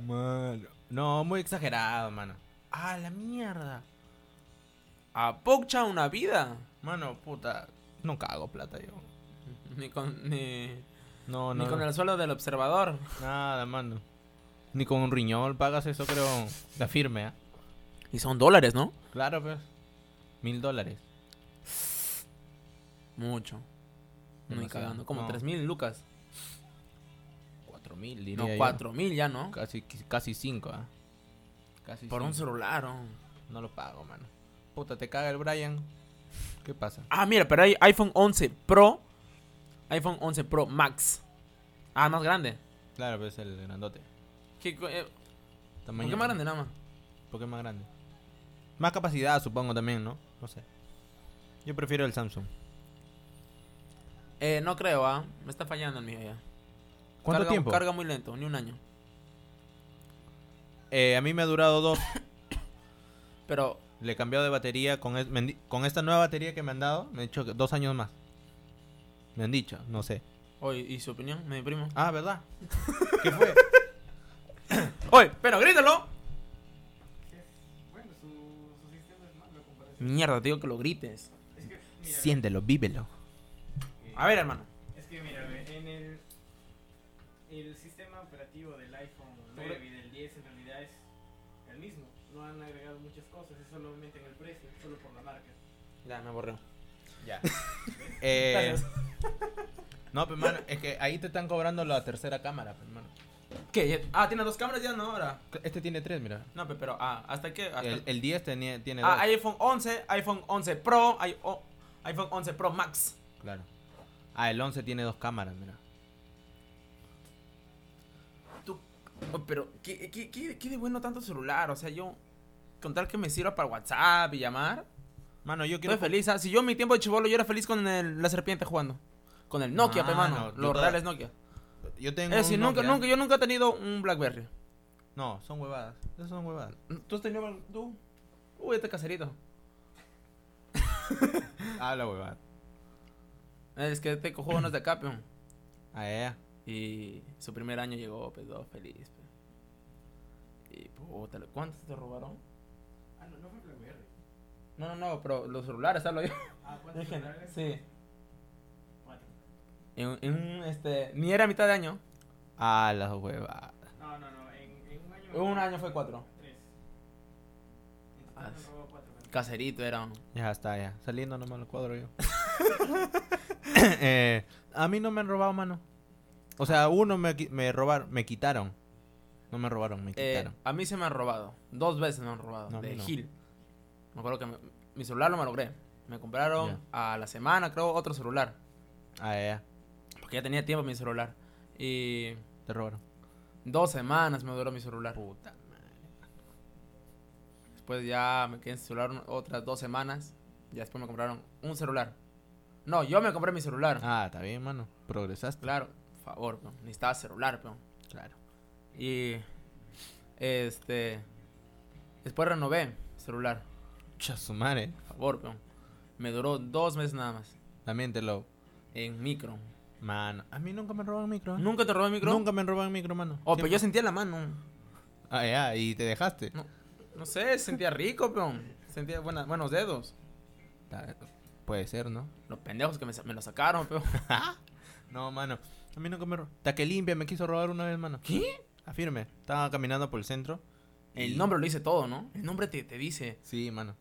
Speaker 1: Mano. No, muy exagerado, mano. Ah, la mierda.
Speaker 2: A Pokcha una vida.
Speaker 1: Mano, puta. No cago plata yo.
Speaker 2: Ni con, ni,
Speaker 1: No, no.
Speaker 2: ni con
Speaker 1: no.
Speaker 2: el suelo del observador.
Speaker 1: Nada, mano. Ni con un riñón pagas eso, creo. La firme, ¿ah?
Speaker 2: Y son dólares, ¿no?
Speaker 1: Claro, pues. Mil dólares.
Speaker 2: Mucho. No, ni
Speaker 1: Demasiado.
Speaker 2: cagando. Como
Speaker 1: No.
Speaker 2: tres mil lucas.
Speaker 1: Cuatro mil,
Speaker 2: No,
Speaker 1: diría yo.
Speaker 2: cuatro mil ya, ¿no?
Speaker 1: Casi, casi cinco, ¿ah? Casi
Speaker 2: Por un
Speaker 1: cinco.
Speaker 2: celular, oh. ¿no?
Speaker 1: No lo pago, mano. Puta, te caga el Brian. ¿Qué pasa?
Speaker 2: Ah, mira, pero hay iPhone 11 Pro. iPhone 11 Pro Max. Ah, más grande.
Speaker 1: Claro, pues el grandote.
Speaker 2: ¿Qué, co- eh, ¿Por
Speaker 1: Tamaño-
Speaker 2: qué más grande nada más?
Speaker 1: ¿Por qué más grande? Más capacidad, supongo también, ¿no? No sé. Yo prefiero el Samsung.
Speaker 2: Eh, no creo, ah. Me está fallando el mío ya.
Speaker 1: ¿Cuánto
Speaker 2: Carga-
Speaker 1: tiempo?
Speaker 2: Carga muy lento, ni un año.
Speaker 1: Eh, a mí me ha durado dos.
Speaker 2: Pero,
Speaker 1: Le he cambiado de batería con, es- me han di- con esta nueva batería que me han dado. Me han dicho que dos años más. Me han dicho, no sé.
Speaker 2: oye, ¿y su opinión, mi primo?
Speaker 1: Ah, ¿verdad? ¿Qué fue?
Speaker 2: ¡Oye, pero grítalo! Mierda, te digo que lo grites.
Speaker 1: Siéntelo, vívelo.
Speaker 2: A ver, hermano.
Speaker 4: Es que mira, ve, en el, el sistema operativo del iPhone 9 y del 10 en realidad es el mismo. Lo no han agregado muchas cosas, es solamente en el precio, solo por la marca.
Speaker 2: Ya, me borró.
Speaker 3: Ya. Eh, no,
Speaker 1: pues,
Speaker 3: pero hermano, es que ahí te están cobrando la tercera cámara, pe, hermano.
Speaker 2: ¿Qué? Ya- Ah, tiene dos cámaras ya, no, ahora.
Speaker 3: Este tiene tres, mira.
Speaker 2: No, pe- pero, ah, ¿hasta qué? Hasta-
Speaker 1: El, el 10 tenía, tiene
Speaker 2: Ah,
Speaker 1: dos.
Speaker 2: iPhone 11, iPhone 11 Pro, i- o- iPhone 11 Pro Max.
Speaker 1: Claro. Ah, el 11 tiene dos cámaras, mira.
Speaker 2: Tú, oh, pero, ¿qué, qué, qué, qué de bueno tanto celular? O sea, yo, con tal que me sirva para WhatsApp y llamar,
Speaker 1: Mano, yo quiero...
Speaker 2: estoy feliz. ah. Si yo en mi tiempo de chivolo, yo era feliz con el- la serpiente jugando. Con el Nokia, pe,
Speaker 1: Mano,
Speaker 2: mano.
Speaker 1: yo
Speaker 2: Los
Speaker 1: toda-
Speaker 2: reales Nokia.
Speaker 1: Yo tengo
Speaker 2: Es decir,
Speaker 1: un
Speaker 2: nunca,
Speaker 1: Nokia.
Speaker 2: nunca, yo nunca he tenido un Blackberry.
Speaker 1: No, son huevadas. Esas son huevadas.
Speaker 2: ¿Tú has tenido tú? Uy, este caserito.
Speaker 1: Ah, la huevada.
Speaker 2: Es que este cojudo no es de acá, peón.
Speaker 1: Ah, ya.
Speaker 2: Y su primer año llegó, pues, todo feliz, pe. Y, puta, ¿cuántos te robaron?
Speaker 4: Ah, no, no fue BlackBerry.
Speaker 2: No, no, no, pero los celulares, hablo yo.
Speaker 4: Ah, ¿cuántos celulares?
Speaker 2: Sí.
Speaker 4: Cuatro.
Speaker 2: En, en un, este, ni era mitad de año.
Speaker 1: Ah, las huevadas.
Speaker 4: No, no, no, en, en un año.
Speaker 2: En un año fue cuatro.
Speaker 4: Tres. En
Speaker 2: Ah,
Speaker 4: total me
Speaker 2: sí.
Speaker 4: robó cuatro. pero-
Speaker 2: Caserito era. un-
Speaker 1: Ya está, ya. Saliendo nomás el cuadro yo. Eh, a mí no me han robado, mano. O sea, uno me, qui- me robaron, me quitaron. No me robaron, me
Speaker 2: Eh,
Speaker 1: quitaron.
Speaker 2: a mí se me han robado. Dos veces me han robado.
Speaker 1: No, a mí
Speaker 2: de
Speaker 1: no.
Speaker 2: Gil. Me acuerdo que me- mi celular lo malogré. Me compraron a la semana, creo, otro celular.
Speaker 1: Ah, ya,
Speaker 2: Porque ya tenía tiempo mi celular. Y
Speaker 1: ya. Te robaron.
Speaker 2: dos semanas me duró mi celular. Puta Después ya me quedé sin celular un- otras dos semanas. Ya después me compraron un celular. No, yo me compré mi celular.
Speaker 1: Ah, está bien, mano. Progresaste.
Speaker 2: Claro, por favor, peón. Necesitaba celular, peón.
Speaker 1: Claro.
Speaker 2: Y. Este. Después renové celular.
Speaker 1: Cha su madre.
Speaker 2: Por favor, peón. Me duró dos meses nada más.
Speaker 1: También te lo.
Speaker 2: En micro.
Speaker 1: Mano. A mí nunca me roban micro. ¿eh?
Speaker 2: ¿Nunca te robé micro?
Speaker 1: Nunca me roban micro, mano.
Speaker 2: Oh, pero
Speaker 1: Siempre-
Speaker 2: yo sentía la mano.
Speaker 1: Ah, ya. Y te dejaste.
Speaker 2: No. No sé, sentía rico, peón. Sentía buena- buenos dedos.
Speaker 1: Ta- Puede ser, ¿no?
Speaker 2: Los pendejos que me, sa- me lo sacaron, peón.
Speaker 1: No, mano. A mí nunca me roban. Taque limpia me quiso robar una vez, mano. ¿Qué? Afirme. Estaba caminando por el centro.
Speaker 2: El
Speaker 1: y-
Speaker 2: nombre lo dice todo, ¿no? El nombre te, te dice.
Speaker 1: Sí, mano.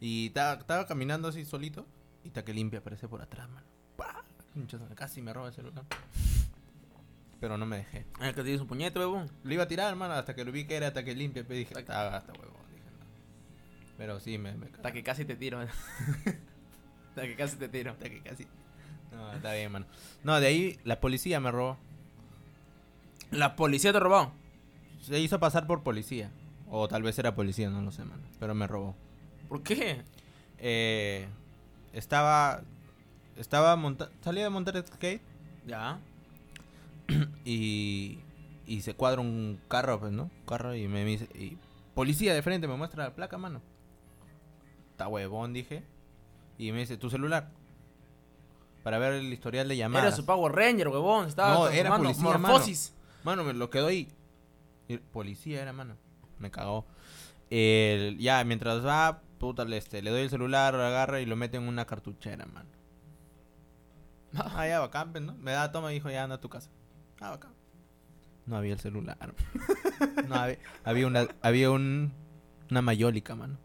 Speaker 1: Y ta- estaba caminando así solito. Y ta que limpia aparece por atrás, mano. ¡Pah! Pinche madre, Casi me roba el celular. Pero no me dejé.
Speaker 2: Ah, que te dice un puñete, bebón.
Speaker 1: Lo iba a tirar, mano, hasta que lo vi que era hasta que limpia. Pero dije, "Ah, está gasta, huevón. Dije, no. Pero sí, me. me
Speaker 2: Hasta que casi te tiro. Hasta que casi te tiro.
Speaker 1: hasta que casi. No, está bien, mano. No, de ahí la policía me robó.
Speaker 2: La policía te ha robado.
Speaker 1: Se hizo pasar por policía. O tal vez era policía, no lo sé, mano. Pero me robó.
Speaker 2: ¿Por qué?
Speaker 1: Eh, estaba. Estaba monta Salía de montar skate.
Speaker 2: Ya.
Speaker 1: y, y se cuadra un carro, pues, ¿no? Un carro y me dice, y policía de frente me muestra la placa, mano. Está huevón, dije. Y me dice, tu celular. Para ver el historial de llamadas.
Speaker 2: Era su Power Ranger, huevón. Estaba
Speaker 1: No, era
Speaker 2: tomando
Speaker 1: policía, mano.
Speaker 2: morfosis.
Speaker 1: Mano, me lo quedó ahí. Y- Policía era, mano. Me cagó. El- ya, mientras va, puta, le, este, le doy el celular, lo agarra y lo mete en una cartuchera, mano. Ah, ya, bacán, pues, ¿no? Me da toma y dijo, ya, anda a tu casa. Ah, bacán. No había el celular. no había, había una, había un, una mayólica, mano.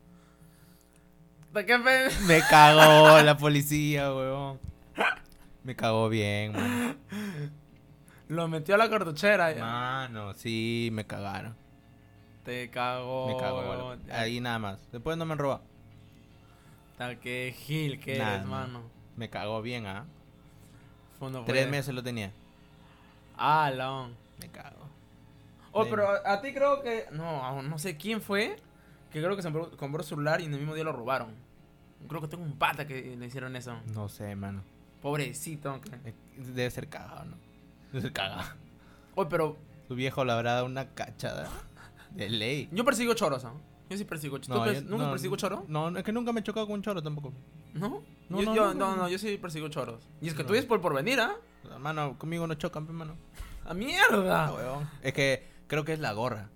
Speaker 2: ¿De qué fe?
Speaker 1: Me cagó la policía, weón. Me cagó bien, mano.
Speaker 2: Lo metió a la cartuchera. ya.
Speaker 1: Mano, sí, me cagaron.
Speaker 2: Te cago.
Speaker 1: Me cago,
Speaker 2: huevón.
Speaker 1: boludo. Ahí nada más. Después no me han robado.
Speaker 2: Hasta que Gil que
Speaker 1: Nah,
Speaker 2: eres,
Speaker 1: no.
Speaker 2: mano.
Speaker 1: Me cagó bien, ¿ah?
Speaker 2: Fue una
Speaker 1: Tres
Speaker 2: buena-
Speaker 1: meses lo tenía.
Speaker 2: Ah, Laón.
Speaker 1: Me cago.
Speaker 2: Oh,
Speaker 1: Sí.
Speaker 2: pero a, a ti creo que. No, a- no sé quién fue. Que creo que se compró, compró celular y en el mismo día lo robaron. Creo que tengo un pata que le hicieron eso.
Speaker 1: No sé, mano.
Speaker 2: Pobrecito. aunque-
Speaker 1: Eh, Debe ser cagado, ¿no? Debe ser cagado.
Speaker 2: Oh, pero
Speaker 1: Tu viejo le habrá dado una cachada. De ley.
Speaker 2: yo persigo choros, ¿ah? Yo sí persigo choros. ¿Tú pers-
Speaker 1: yo-
Speaker 2: nunca
Speaker 1: no,
Speaker 2: persigo choro?
Speaker 1: No, no, es que nunca me he chocado con un choro tampoco.
Speaker 2: ¿No?
Speaker 1: No,
Speaker 2: yo,
Speaker 1: no,
Speaker 2: yo-
Speaker 1: no, no, no.
Speaker 2: yo sí persigo choros. Y es que
Speaker 1: No.
Speaker 2: tú dices por porvenir, ¿ah?
Speaker 1: Hermano, conmigo no chocan, pe, mano.
Speaker 2: ¡A mierda!
Speaker 1: Ah, huevón. Es que creo que es la gorra.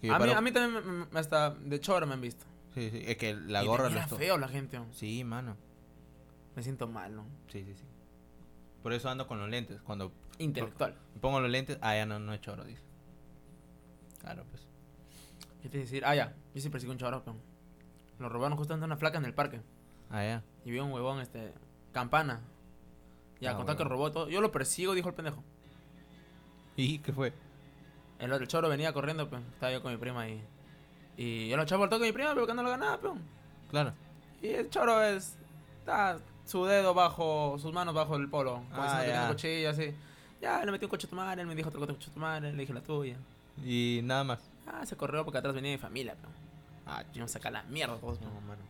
Speaker 1: Que yo
Speaker 2: a, mí,
Speaker 1: paro-
Speaker 2: a mí también me- me- hasta de choro me han visto.
Speaker 1: Sí, sí, es que la
Speaker 2: Y
Speaker 1: gorra
Speaker 2: Era
Speaker 1: es todo.
Speaker 2: feo la gente. ¿no?
Speaker 1: Sí, mano.
Speaker 2: Me siento malo.
Speaker 1: Sí, sí, sí. Por eso ando con los lentes. Cuando
Speaker 2: Intelectual.
Speaker 1: Me pongo los lentes. Ah, ya no, no es choro, dice. Claro, pues.
Speaker 2: ¿Qué te iba a decir? Ah, ya. Yo sí perseguí un chorro, peón. Lo robaron justo andando una flaca en el parque.
Speaker 1: Ah, ya.
Speaker 2: Y vi un huevón, este. Campana. Ya,
Speaker 1: Ah,
Speaker 2: con tal que
Speaker 1: huevón.
Speaker 2: robó todo. Yo lo persigo, dijo el pendejo.
Speaker 1: ¿Y qué fue?
Speaker 2: El otro choro venía corriendo, peón. Estaba yo con mi prima y. Y yo lo echaba al toque de mi prima, pero que no lo ganaba, peón.
Speaker 1: Claro.
Speaker 2: pues. Y el choro es. Está su dedo bajo. Sus manos bajo el polo.
Speaker 1: Ah,
Speaker 2: Como diciendo que
Speaker 1: ya.
Speaker 2: tiene cuchillo, así. Ya, le metí un coche a tu madre, él me dijo otro coche a tu madre, le dije la tuya.
Speaker 1: Y nada más.
Speaker 2: Ah, se corrió porque atrás venía mi familia, peón. Ah, yo sacar la mierda todos, pues, peón.
Speaker 1: No, mano.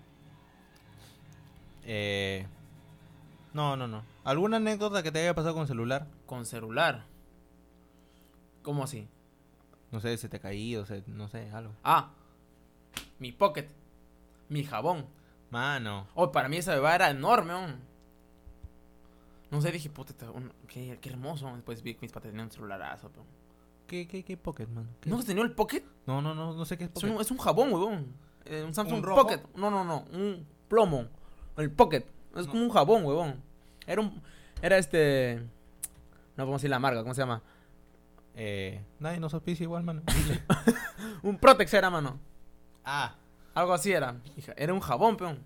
Speaker 1: Eh... No, no, no. ¿Alguna anécdota que te haya pasado con celular?
Speaker 2: Con celular. ¿Cómo así?
Speaker 1: No sé, se te ha caído, se... no sé, algo.
Speaker 2: Ah, mi pocket. Mi jabón.
Speaker 1: Mano.
Speaker 2: Oh, para mí esa bebada era enorme, hon. No sé, dije, puta, esta- un- qué, qué hermoso. Después vi que mis patas tenían un celularazo, peón.
Speaker 1: ¿Qué, qué, qué pocket, mano? ¿Qué?
Speaker 2: ¿No has tenido el pocket?
Speaker 1: no, no, no, no sé qué es
Speaker 2: Es
Speaker 1: pocket.
Speaker 2: un, es un jabón, huevón. Eh, un Samsung
Speaker 3: ¿Un rojo?
Speaker 2: Pocket. No, no, no. Un plomo. El Pocket. Es como un jabón, huevón. Era un. Era este. No podemos decir la marca, ¿cómo se llama?
Speaker 1: Eh... Nadie nos auspicia igual, mano.
Speaker 2: Un Protex era, mano.
Speaker 3: Ah,
Speaker 2: Algo así era. Hija, Era un jabón, peón.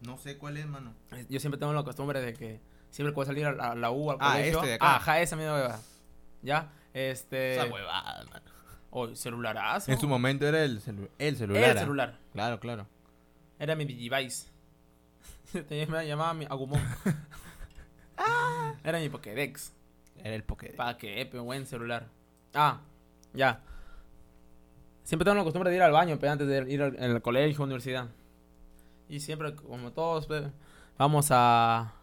Speaker 3: no sé cuál es, mano.
Speaker 2: Eh, Yo siempre tengo la costumbre de que siempre que voy a salir a la, a la U, al
Speaker 1: Ah,
Speaker 2: colegio.
Speaker 1: este de acá.
Speaker 2: Ajá, esa misma hueva. ¿Ya? Este.
Speaker 1: Esa huevada, mano.
Speaker 2: Oh, celularazo.
Speaker 1: Eh, En su momento era el, celu- el celular.
Speaker 2: El
Speaker 1: ah.
Speaker 2: celular.
Speaker 1: Claro, claro.
Speaker 2: Era mi Digivice. Tenía- Me llamaba mi Agumon. Ah. Era mi Pokédex.
Speaker 1: Era el pocket.
Speaker 2: Para que, eh, pe, buen celular. Ah, ya. Siempre tengo la costumbre de ir al baño, pe, antes de ir al al colegio, universidad. Y siempre, como todos, pe, vamos a,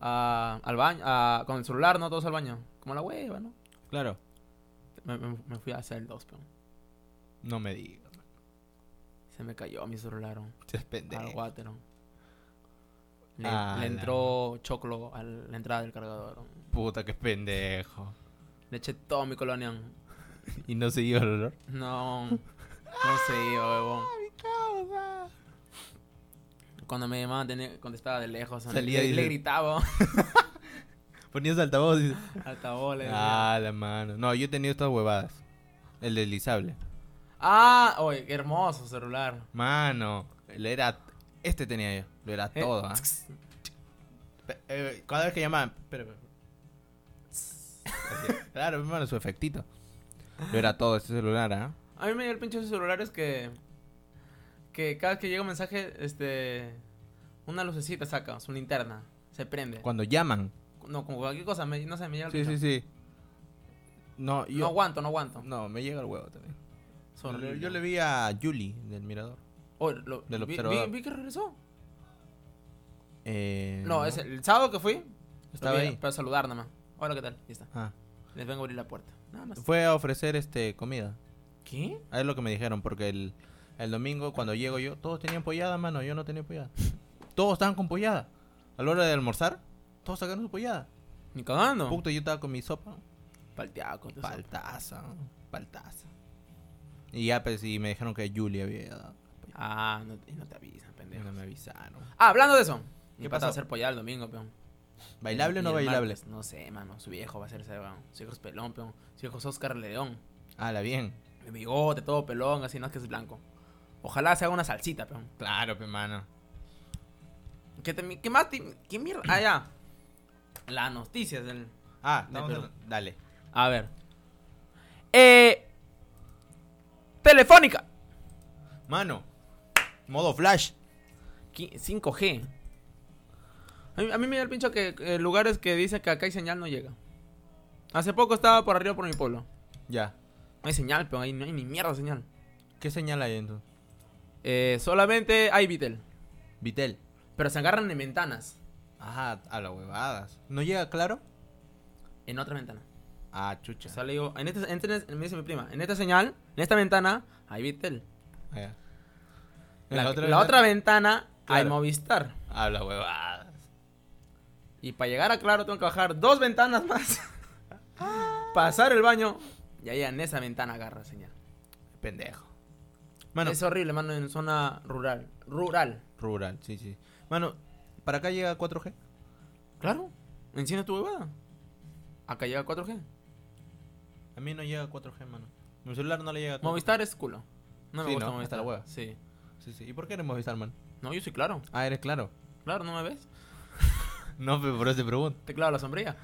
Speaker 2: a- al baño, a- con el celular, ¿no? Todos al baño. Como la hueva, ¿no?
Speaker 1: Claro.
Speaker 2: Me, me- me fui a hacer el 2, pero
Speaker 1: No me digas.
Speaker 2: se me cayó mi celular, ¿no?
Speaker 1: Seas pendejo.
Speaker 2: al water, ¿no? Le,
Speaker 1: Ah,
Speaker 2: le
Speaker 1: la-
Speaker 2: entró choclo a la entrada del cargador. ¿no?
Speaker 1: Puta, qué pendejo.
Speaker 2: Le eché todo mi colonial.
Speaker 1: Y no se iba el olor.
Speaker 2: No, no se iba, huevón. Cuando me llamaban, tenía- contestaba de lejos. ¿no?
Speaker 1: Salía
Speaker 2: le,
Speaker 1: y
Speaker 2: le
Speaker 1: se-
Speaker 2: gritaba.
Speaker 1: Ponías altavoz y...
Speaker 2: Altavoz, le decía.
Speaker 1: Ah, la mano. No, yo he tenido estas huevadas. El deslizable.
Speaker 2: Ah, oye, qué hermoso celular.
Speaker 1: Mano, lo era. Este tenía yo, lo era
Speaker 2: Eh,
Speaker 1: todo. ¿ah? Pe- eh, cada vez que llamaban. espera, espera. Así, Claro, hermano, su efectito. Lo era todo este celular, ¿ah?
Speaker 2: A mí me dio el pinche de esos celulares que. Que cada vez que llega un mensaje, este. Una lucecita saca, su linterna. Se prende.
Speaker 1: Cuando llaman.
Speaker 2: No, como cualquier cosa, me- no sé, me llega el
Speaker 1: Sí, sí,
Speaker 2: pincho.
Speaker 1: sí. No,
Speaker 2: No
Speaker 1: yo.
Speaker 2: aguanto, no aguanto.
Speaker 1: No, me llega el huevo también.
Speaker 2: Es horrible.
Speaker 1: Yo le vi a Julie del Mirador.
Speaker 2: Oh, lo-
Speaker 1: del
Speaker 2: vi,
Speaker 1: observador.
Speaker 2: vi- vi que regresó.
Speaker 1: Eh,
Speaker 2: No, es el, el sábado que fui.
Speaker 1: Estaba
Speaker 2: lo vi
Speaker 1: ahí.
Speaker 2: Para saludar nada más. Hola, ¿qué tal? Ya está.
Speaker 1: Ah,
Speaker 2: Les vengo a abrir la puerta. Nada más.
Speaker 1: Fue a ofrecer este comida.
Speaker 2: ¿Qué?
Speaker 1: Ah, Es lo que me dijeron, porque el, el domingo cuando llego yo, todos tenían pollada, mano, yo no tenía pollada. Todos estaban con pollada. A la hora de almorzar, todos sacaron su pollada.
Speaker 2: Ni cagando.
Speaker 1: Puta, yo estaba con mi sopa.
Speaker 2: Palteaco. entonces.
Speaker 1: Paltaza, ¿no? paltaza. Y ya, pues, y me dijeron que Julia había dado.
Speaker 2: Ah, no, te- no te avisan,
Speaker 1: Y
Speaker 2: pendejo.
Speaker 1: No me avisaron.
Speaker 2: Ah, hablando de eso.
Speaker 1: ¿Qué
Speaker 2: ¿Qué
Speaker 1: pasó?
Speaker 2: pasa? Va a hacer pollada el domingo, peón.
Speaker 1: ¿Bailable o
Speaker 2: Y
Speaker 1: no
Speaker 2: el
Speaker 1: bailable?
Speaker 2: martes, No sé, mano. Su viejo va a ser ese, weón. Su viejo es pelón, peón. Su viejo es Oscar León.
Speaker 1: Hala, bien.
Speaker 2: De bigote, todo pelón, así, no es que es blanco. Ojalá se haga una salsita, peón.
Speaker 1: Claro, pe, mano.
Speaker 2: ¿Qué, te- qué más? te- ¿Qué mierda? Ah, ya. Las noticias del...
Speaker 1: Ah, estamos
Speaker 2: Perú.
Speaker 1: hablando- Dale.
Speaker 2: A ver. Eh... Telefónica.
Speaker 1: Mano, modo flash.
Speaker 2: Qui- 5G. A mí, a mí me da el pincho que eh, lugares que dicen que acá hay señal no llega. Hace poco estaba por arriba por mi pueblo.
Speaker 1: Ya.
Speaker 2: No hay señal, pero ahí no hay ni mierda de señal.
Speaker 1: ¿Qué señal hay entonces?
Speaker 2: Eh, solamente hay Vitel.
Speaker 1: Vitel.
Speaker 2: Pero se agarran en ventanas.
Speaker 1: Ajá, a las huevadas. ¿No llega claro?
Speaker 2: En otra ventana.
Speaker 1: Ah, chucha.
Speaker 2: O sea, le digo, en esta, en esta- me dice mi prima, en esta señal, en esta ventana, hay Vitel.
Speaker 1: Allá.
Speaker 2: La, la otra,
Speaker 1: vez-
Speaker 2: ventana, hay
Speaker 1: Claro.
Speaker 2: Movistar.
Speaker 1: Habla huevadas.
Speaker 2: Y para llegar a Claro tengo que bajar dos ventanas más.
Speaker 1: Ah.
Speaker 2: pasar el baño. Y ahí en esa ventana agarra señal.
Speaker 1: Pendejo. Mano,
Speaker 2: Es horrible, mano, en zona rural. Rural.
Speaker 1: rural, sí, sí. Mano, ¿para acá llega 4G?
Speaker 2: Claro. Enciende tu huevada. Acá llega 4G.
Speaker 1: A mí no llega 4G, mano. Mi celular no le llega 4G.
Speaker 2: Movistar es culo. No me
Speaker 1: Sí,
Speaker 2: gusta
Speaker 1: ¿no?
Speaker 2: Movistar.
Speaker 1: Hasta la hueva.
Speaker 2: Sí.
Speaker 1: Sí, sí. ¿Y por qué eres Movistar, man?
Speaker 2: No, yo soy claro.
Speaker 1: Ah, eres claro.
Speaker 2: Claro, ¿no me ves?
Speaker 1: No, pero por eso te pregunto.
Speaker 2: Te clavo la sombrilla.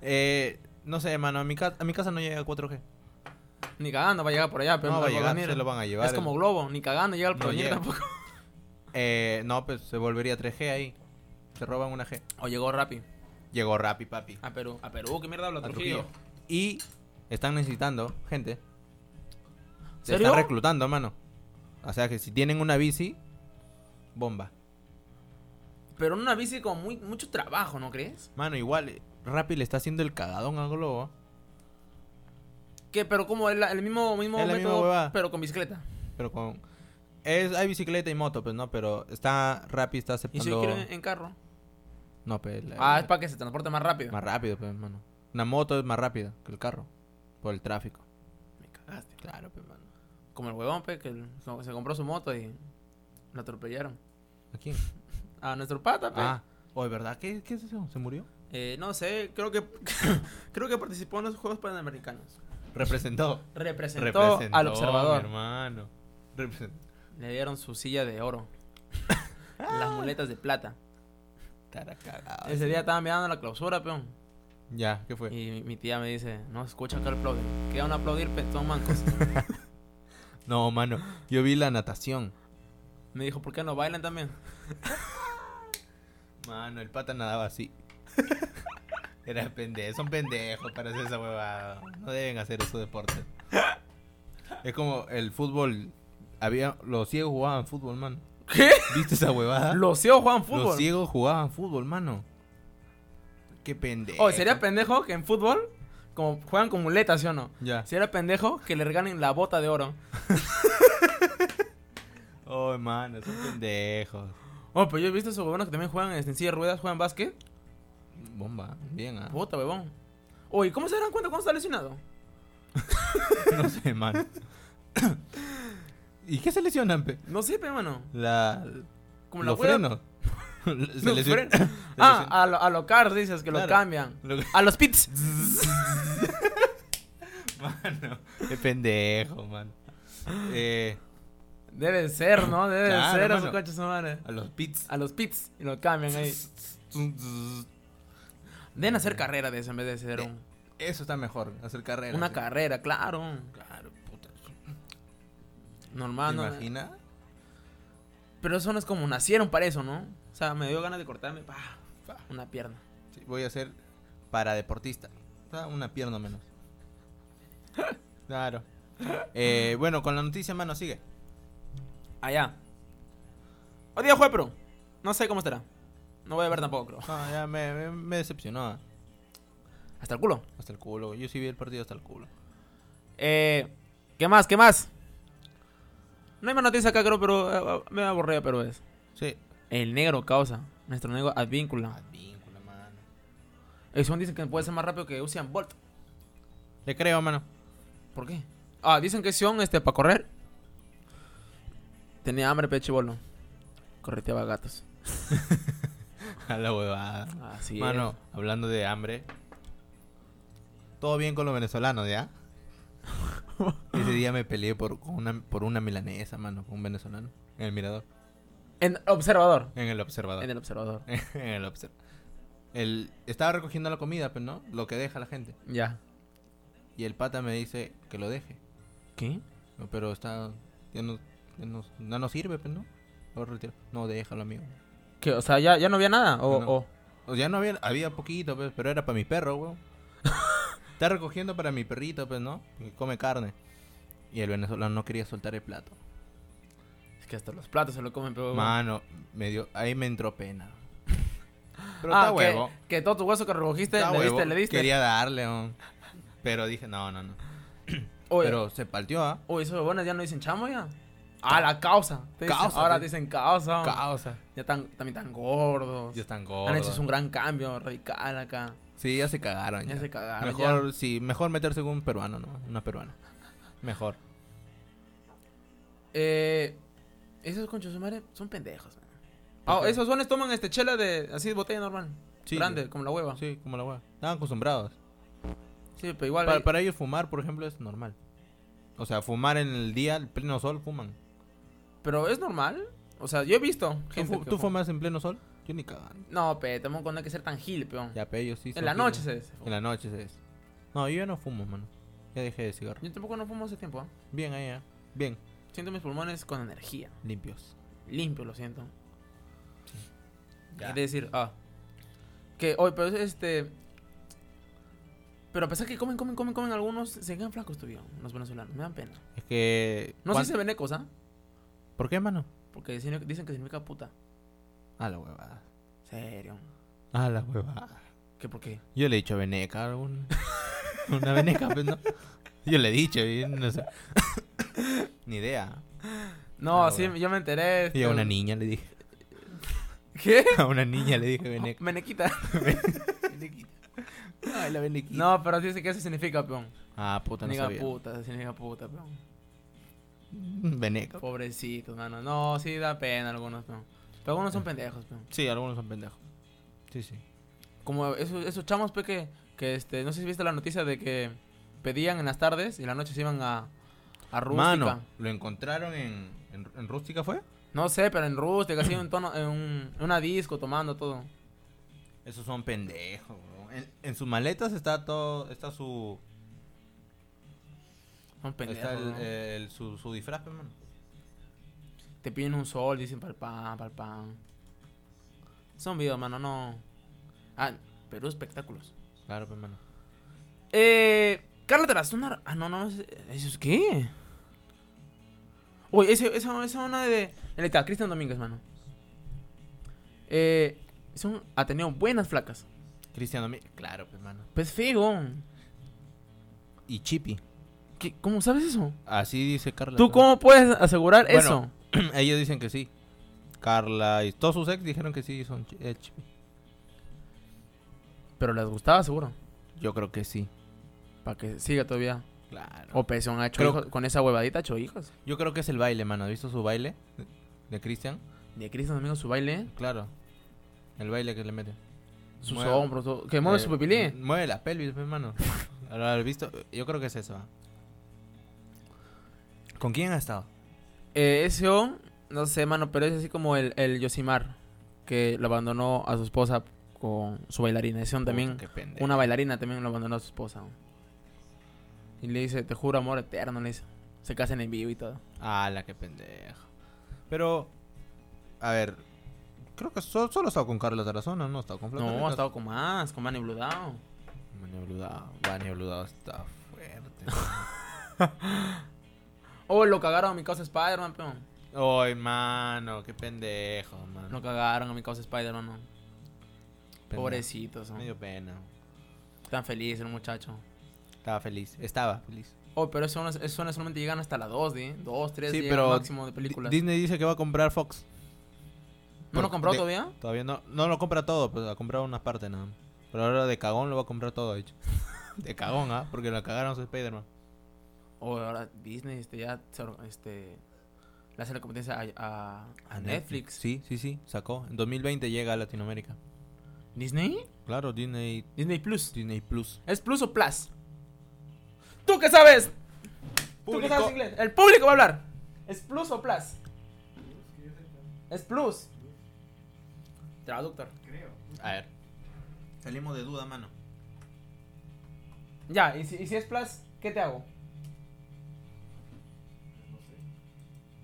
Speaker 1: Eh, no sé, mano. A mi, ca- a mi casa no llega 4G.
Speaker 2: Ni cagando va a llegar por allá, pero
Speaker 1: no
Speaker 2: me
Speaker 1: va a
Speaker 2: lo
Speaker 1: llegar,
Speaker 2: venir.
Speaker 1: se lo van a llevar.
Speaker 2: Es como globo, ni cagando llega al
Speaker 1: No
Speaker 2: porvenir
Speaker 1: llega.
Speaker 2: tampoco.
Speaker 1: Eh, no, pues se volvería 3G ahí. Se roban una G.
Speaker 2: O llegó Rappi.
Speaker 1: Llegó Rappi, papi.
Speaker 2: A Perú. A Perú, qué mierda habla
Speaker 1: a
Speaker 2: Trujillo.
Speaker 1: Trujillo. Y están necesitando gente. Se
Speaker 2: ¿Serio?
Speaker 1: están reclutando, mano. O sea que si tienen una bici, bomba.
Speaker 2: Pero en una bici con muy, mucho trabajo, ¿no crees?
Speaker 1: Mano, igual eh, Rappi le está haciendo el cagadón a Globo.
Speaker 2: Que, pero como el, el mismo, mismo
Speaker 1: Es la misma huevada.
Speaker 2: pero con bicicleta.
Speaker 1: Pero con. Es, hay bicicleta y moto, pues no, pero está Rappi está
Speaker 2: Y si
Speaker 1: aceptando.
Speaker 2: yo quiero en, en carro.
Speaker 1: No, pues. la-
Speaker 2: Ah, es para que se transporte más rápido.
Speaker 1: Más rápido, pues, mano. Una moto es más rápida que el carro. Por el tráfico.
Speaker 2: Me cagaste.
Speaker 1: Claro, pues, mano.
Speaker 2: Como el huevón, pe, que el- se compró su moto y lo atropellaron.
Speaker 1: ¿A quién?
Speaker 2: A nuestro pata, pe.
Speaker 1: Ah, oh, ¿de ¿verdad? ¿Qué, ¿Qué es eso? ¿Se murió?
Speaker 2: Eh, no sé, creo que creo que participó en los Juegos Panamericanos.
Speaker 1: Representó.
Speaker 2: Representó, al
Speaker 1: mi
Speaker 2: observador.
Speaker 1: hermano. Representó.
Speaker 2: Le dieron su silla de oro. Las muletas de plata.
Speaker 1: Estará cagado.
Speaker 2: Ese día estaba mirando la clausura, peón.
Speaker 1: Ya, ¿qué fue?
Speaker 2: Y mi, mi tía me dice, no, escucha que aplauden. Que van a aplaudir, pe, son mancos.
Speaker 1: No, mano. Yo vi la natación.
Speaker 2: me dijo, ¿por qué no bailan también?
Speaker 1: Mano, el pata nadaba así. Era pendejo. Son pendejos para hacer esa huevada. No deben hacer esos deportes. Es como el fútbol. Había, los ciegos jugaban fútbol, mano.
Speaker 2: ¿Qué?
Speaker 1: ¿Viste esa huevada?
Speaker 2: Los ciegos juegan
Speaker 1: Los
Speaker 2: fútbol.
Speaker 1: ciegos jugaban fútbol, mano. Qué pendejo.
Speaker 2: Oh, sería pendejo que en fútbol, como juegan con muletas, ¿sí o no?
Speaker 1: Ya.
Speaker 2: Si era pendejo, que le regalen la bota de oro.
Speaker 1: Oh, mano, son pendejos.
Speaker 2: Oh, pero yo he visto esos huevones que también juegan este, en silla de ruedas, juegan básquet.
Speaker 1: Bomba, bien, ah.
Speaker 2: Puta, huevón. Oye, ¿cómo se darán cuenta cuando está lesionado?
Speaker 1: No sé, mano. ¿Y qué se lesionan, pe?
Speaker 2: No sé, pe, mano.
Speaker 1: La,
Speaker 2: Como la
Speaker 1: los
Speaker 2: hueá-
Speaker 1: frenos. se
Speaker 2: Los
Speaker 1: lesion-
Speaker 2: frenos.
Speaker 1: se
Speaker 2: Ah, a, lo- a los cars dices que los
Speaker 1: Claro.
Speaker 2: cambian.
Speaker 1: lesion-
Speaker 2: A los pits.
Speaker 1: Mano, qué pendejo, mano. Eh,
Speaker 2: Debe ser, ¿no? Debe
Speaker 1: Claro,
Speaker 2: ser a su
Speaker 1: mano.
Speaker 2: coche su madre.
Speaker 1: a los pits.
Speaker 2: A los pits y lo cambian ahí. Deben hacer carrera de eso en vez de hacer un-
Speaker 1: Eso está mejor, hacer carrera.
Speaker 2: una
Speaker 1: sí.
Speaker 2: carrera, claro.
Speaker 1: Claro, puta. ¿Te
Speaker 2: Normal, Ah, ¿no?
Speaker 1: imaginas?
Speaker 2: Pero eso no es como nacieron para eso, ¿no? O sea, me dio ganas de cortarme pa, pa, una pierna.
Speaker 1: Sí, voy a ser paradeportista. Ah, Una pierna menos. Claro. Eh, bueno, con la noticia, mano, sigue.
Speaker 2: Allá. Hoy día juega Perú. No sé cómo estará. No voy a ver tampoco, creo.
Speaker 1: No, ya me, me, me decepcionó. ah.
Speaker 2: Hasta el culo.
Speaker 1: Hasta el culo. Yo sí vi el partido hasta el culo.
Speaker 2: Eh, ¿Qué más? ¿Qué más? No hay más noticias acá, creo, pero eh, me aburrido, pero es.
Speaker 1: Sí.
Speaker 2: El negro causa. Nuestro negro advíncula.
Speaker 1: Advíncula, mano.
Speaker 2: Eso dicen que puede ser más rápido que Usain Bolt.
Speaker 1: Le creo, mano.
Speaker 2: ¿Por qué? Ah, dicen que Sion, este, para correr. Tenía hambre, pechibolo. Correteaba gatos.
Speaker 1: A la huevada.
Speaker 2: Así
Speaker 1: Mano, hablando de hambre. Todo bien con los venezolanos, ¿ya? Ese día me peleé por con una, por una milanesa, mano, con un venezolano. En el mirador.
Speaker 2: es. En observador.
Speaker 1: En el observador.
Speaker 2: En el observador.
Speaker 1: en el obser- El, estaba recogiendo la comida, pero no, lo que deja la gente.
Speaker 2: Ya.
Speaker 1: Y el pata me dice que lo deje.
Speaker 2: ¿Qué?
Speaker 1: No, pero está. Ya no, ya no, no nos sirve, pero no. Lo retiro. No, déjalo, amigo.
Speaker 2: ¿Qué? O sea, ya, ya no había nada. O,
Speaker 1: No.
Speaker 2: o-
Speaker 1: O sea, no había, había poquito, pues, pero era para mi perro, weón. Está recogiendo para mi perrito, pues, ¿no? Que come carne. Y el venezolano no quería soltar el plato.
Speaker 2: Es que hasta los platos se lo comen, pero.
Speaker 1: Mano, me dio, ahí me entró pena. Pero
Speaker 2: ah,
Speaker 1: está
Speaker 2: que,
Speaker 1: huevo.
Speaker 2: que todo tu hueso que recogiste,
Speaker 1: está
Speaker 2: le
Speaker 1: huevo.
Speaker 2: diste, le diste.
Speaker 1: Quería darle, weón. Pero dije, no, no, no.
Speaker 2: Oye,
Speaker 1: Pero se partió, ¿ah?
Speaker 2: Uy, esos huevones ya no dicen chamo ya. Ah, la causa. Te dicen-
Speaker 1: Causa,
Speaker 2: ahora
Speaker 1: te-
Speaker 2: dicen causa.
Speaker 1: Causa.
Speaker 2: ya están, también están gordos.
Speaker 1: Ya están
Speaker 2: Han hecho
Speaker 1: gordos.
Speaker 2: Ah, un gran cambio radical acá.
Speaker 1: Sí, ya se cagaron.
Speaker 2: Ya se cagaron,
Speaker 1: Mejor, sí, mejor meterse con un peruano, ¿no? Una peruana. Mejor.
Speaker 2: Eh, esos conchos de madre son pendejos. man. Ah,
Speaker 1: qué?
Speaker 2: esos huevones toman este chela de así botella normal.
Speaker 1: Sí,
Speaker 2: grande,
Speaker 1: yo-
Speaker 2: como la hueva. Sí,
Speaker 1: Sí, como la hueá. Estaban acostumbrados.
Speaker 2: pero igual. eh,
Speaker 1: Para,
Speaker 2: ahí-
Speaker 1: para ellos fumar, por ejemplo, es normal. O sea, fumar en el día, el pleno sol, fuman.
Speaker 2: Pero es normal. O sea, yo he visto
Speaker 1: ¿Tú,
Speaker 2: gente
Speaker 1: fu-
Speaker 2: que
Speaker 1: tú
Speaker 2: fuma.
Speaker 1: fumas en pleno sol? Yo ni cagando.
Speaker 2: No, pe, tampoco no hay que ser tan gil, peón.
Speaker 1: Ya, pero ellos sí.
Speaker 2: en
Speaker 1: son
Speaker 2: la
Speaker 1: fieles.
Speaker 2: noche se... se
Speaker 1: En
Speaker 2: fuma.
Speaker 1: la noche se es. No, yo ya no fumo, mano. Ya dejé de cigarro.
Speaker 2: Yo tampoco no fumo hace tiempo. ¿ah?
Speaker 1: Bien ahí, ¿eh? Bien.
Speaker 2: Siento mis pulmones con energía.
Speaker 1: Limpios.
Speaker 2: Limpio, lo siento.
Speaker 1: Ya.
Speaker 2: Es decir, ah. Que hoy, pero es este. Pero a pesar que comen, comen, comen, comen algunos, se quedan flacos todavía, los venezolanos. Me dan pena.
Speaker 1: Es que...
Speaker 2: No sé
Speaker 1: ¿cuán-
Speaker 2: si se ven ecos, ¿ah?
Speaker 1: ¿Por qué, mano?
Speaker 2: Porque dicen, dicen que significa puta.
Speaker 1: A la huevada.
Speaker 2: Serio.
Speaker 1: A la huevada.
Speaker 2: ¿Qué por qué?
Speaker 1: Yo le he dicho veneca a un- Una veneca, pues no. Yo le he dicho, y no sé. Ni idea.
Speaker 2: No,
Speaker 1: Ah,
Speaker 2: sí,
Speaker 1: bueno.
Speaker 2: yo me enteré.
Speaker 1: Y a
Speaker 2: este,
Speaker 1: una niña le dije.
Speaker 2: ¿Qué?
Speaker 1: A una niña le dije veneca.
Speaker 2: Menequita.
Speaker 1: Ay, la venequita.
Speaker 2: No, pero dice que eso significa, peón.
Speaker 1: Ah, puta, no
Speaker 2: Significa
Speaker 1: sabía.
Speaker 2: puta, significa puta, peón.
Speaker 1: Veneca.
Speaker 2: Pobrecito, mano. No, sí da pena algunos, peón. Pero algunos son pendejos, peón.
Speaker 1: Sí, algunos son pendejos. Sí, sí.
Speaker 2: Como esos, esos chamos, pe, que, que este, no sé si viste la noticia de que pedían en las tardes y en la noche se iban a, a rústica.
Speaker 1: Mano, lo encontraron en, en, en Rústica, ¿fue?
Speaker 2: No sé, pero en rústica, así en, tono, en, un- en una disco tomando todo.
Speaker 1: Esos son pendejos, bro. En, en sus maletas está todo, está su,
Speaker 2: Son pendejos.
Speaker 1: está el, eh,
Speaker 2: ¿no?
Speaker 1: el- su, su disfraz, pe, mano.
Speaker 2: Te piden un sol, dicen pa'l pan, pa'l pan. Son videos, mano, no. Ah, Perú espectáculos.
Speaker 1: Claro, pe, mano.
Speaker 2: Eh. Carla Tarazona. Ah, no, no. es- ¿Eso es qué? Uy, ese, esa, esa una de. En está, Cristian Domínguez, mano. Eh. Son, ha tenido buenas flacas.
Speaker 1: Cristiano, Mi- claro, pe, mano.
Speaker 2: Pues feo.
Speaker 1: Y Chipi.
Speaker 2: ¿Qué- ¿Cómo sabes eso?
Speaker 1: Así dice Carla.
Speaker 2: ¿Tú cómo puedes asegurar
Speaker 1: Bueno.
Speaker 2: eso?
Speaker 1: Ellos dicen que sí. Carla y todos sus ex dijeron que sí, son chi- eh, Chipi.
Speaker 2: Pero les gustaba, seguro.
Speaker 1: Yo creo que sí.
Speaker 2: Para que siga todavía.
Speaker 1: Claro.
Speaker 2: O pues, Pezón ha hecho
Speaker 1: Creo-
Speaker 2: hijos- Con esa huevadita ha hecho hijos.
Speaker 1: Yo creo que es el baile, mano. ¿Has visto su baile? De Cristian.
Speaker 2: De Cristian Domínguez su baile.
Speaker 1: Claro. El baile que le mete.
Speaker 2: Sus
Speaker 1: Mueve-
Speaker 2: hombros. todo- Que mueve
Speaker 1: Eh,
Speaker 2: su pipilín.
Speaker 1: Mueve la pelvis, pues, hermano. Lo has visto. Yo creo que es eso. ah. ¿Con quién ha estado?
Speaker 2: Eh, ese on, no sé, mano, pero es así como el, el Yosimar, que lo abandonó a su esposa con su bailarina. Ese on también,
Speaker 1: Puta, qué pendejo.
Speaker 2: una bailarina también lo abandonó a su esposa. on. Y le dice, te juro amor eterno, le dice. Se casan en vivo y todo.
Speaker 1: Ah, la que pendejo. Pero, a ver. Creo que so- solo ha estado con Carlos Tarazona, no ha estado con Flaco
Speaker 2: No,
Speaker 1: Ricas.
Speaker 2: ha estado con más, con Manny Blue Down.
Speaker 1: Vane Bludado. Vane Bludado está fuerte.
Speaker 2: Oh, lo cagaron a mi causa Spider-Man, peón.
Speaker 1: Ay, mano, qué pendejo, mano.
Speaker 2: Lo cagaron a mi causa Spider-Man, no.
Speaker 1: Pendejo.
Speaker 2: Pobrecitos, on.
Speaker 1: Me dio pena.
Speaker 2: Tan feliz el muchacho.
Speaker 1: Estaba feliz. Estaba feliz.
Speaker 2: Oh, pero eso, no es- eso no solamente llegan hasta las 2, ¿eh? 2, 3,
Speaker 1: Sí,
Speaker 2: sí,
Speaker 1: pero
Speaker 2: máximo de películas.
Speaker 1: Di- Disney dice que va a comprar Fox.
Speaker 2: ¿No lo
Speaker 1: por-
Speaker 2: compró
Speaker 1: de-
Speaker 2: todavía?
Speaker 1: Todavía no, no lo compra todo, pues, pero ha comprado una parte nada más. Pero ahora de cagón lo va a comprar todo, de hecho. De cagón, ¿ah? Porque lo cagaron su Spider-Man.
Speaker 2: O ahora Disney este, ya se or- este, le hace la competencia a, a- a Netflix.
Speaker 1: Sí, sí, sí, sacó. En 2020 llega a Latinoamérica.
Speaker 2: ¿Disney?
Speaker 1: Claro, Disney,
Speaker 2: Disney Plus.
Speaker 1: Disney Plus.
Speaker 2: ¿Es Plus o Plus? ¿Tú qué sabes? ¿Tú qué
Speaker 1: Público.
Speaker 2: sabes inglés? El público va a hablar. ¿Es Plus o Plus? Es Plus. Traductor.
Speaker 4: Creo.
Speaker 1: A ver. Salimos de duda, mano.
Speaker 2: Ya, y si, y si es Plus, ¿qué te hago?
Speaker 4: No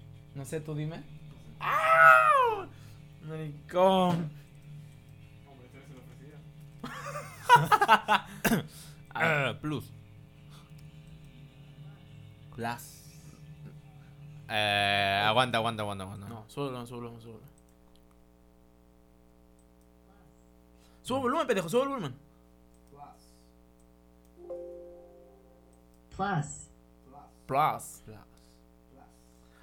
Speaker 4: sé.
Speaker 2: No sé, tú dime. ¡Ah! Maricón.
Speaker 4: Hombre, tú eres el ofrecido.
Speaker 1: Ah, plus.
Speaker 2: Plus.
Speaker 1: Eh, aguanta, aguanta, aguanta, aguanta.
Speaker 2: No, súbelo, súbelo, súbelo. Sube volumen, pendejo, sube volumen.
Speaker 5: Plus.
Speaker 2: Plus. Plus.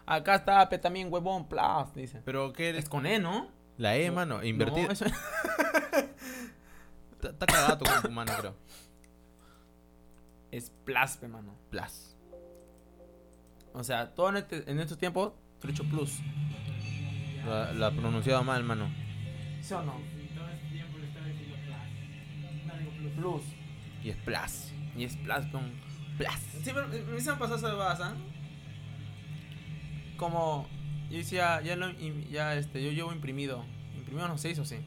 Speaker 2: Acá está pe, también huevón Plus, dice.
Speaker 1: Pero qué eres?
Speaker 2: Es con E, ¿no?
Speaker 1: La E, mano, invertida.
Speaker 2: No, eso-
Speaker 1: Está está cagado tu compu, mano, creo.
Speaker 2: es Plus, pe, mano.
Speaker 1: Plus.
Speaker 2: O sea, todo en, este- en estos tiempos, trucho Plus.
Speaker 1: Lo ha- lo ha pronunciado mal, mano.
Speaker 2: ¿Sí o no?
Speaker 4: Y todo este tiempo le estaba diciendo plus. No digo plus.
Speaker 2: Plus.
Speaker 1: Y es Plus.
Speaker 2: Y es Plus, con Plas. Siempre me hicieron pasar esas huevadas, ¿ah? Como yo decía, ya, lo, im- ya este, yo llevo imprimido. Imprimido no se hizo, sí.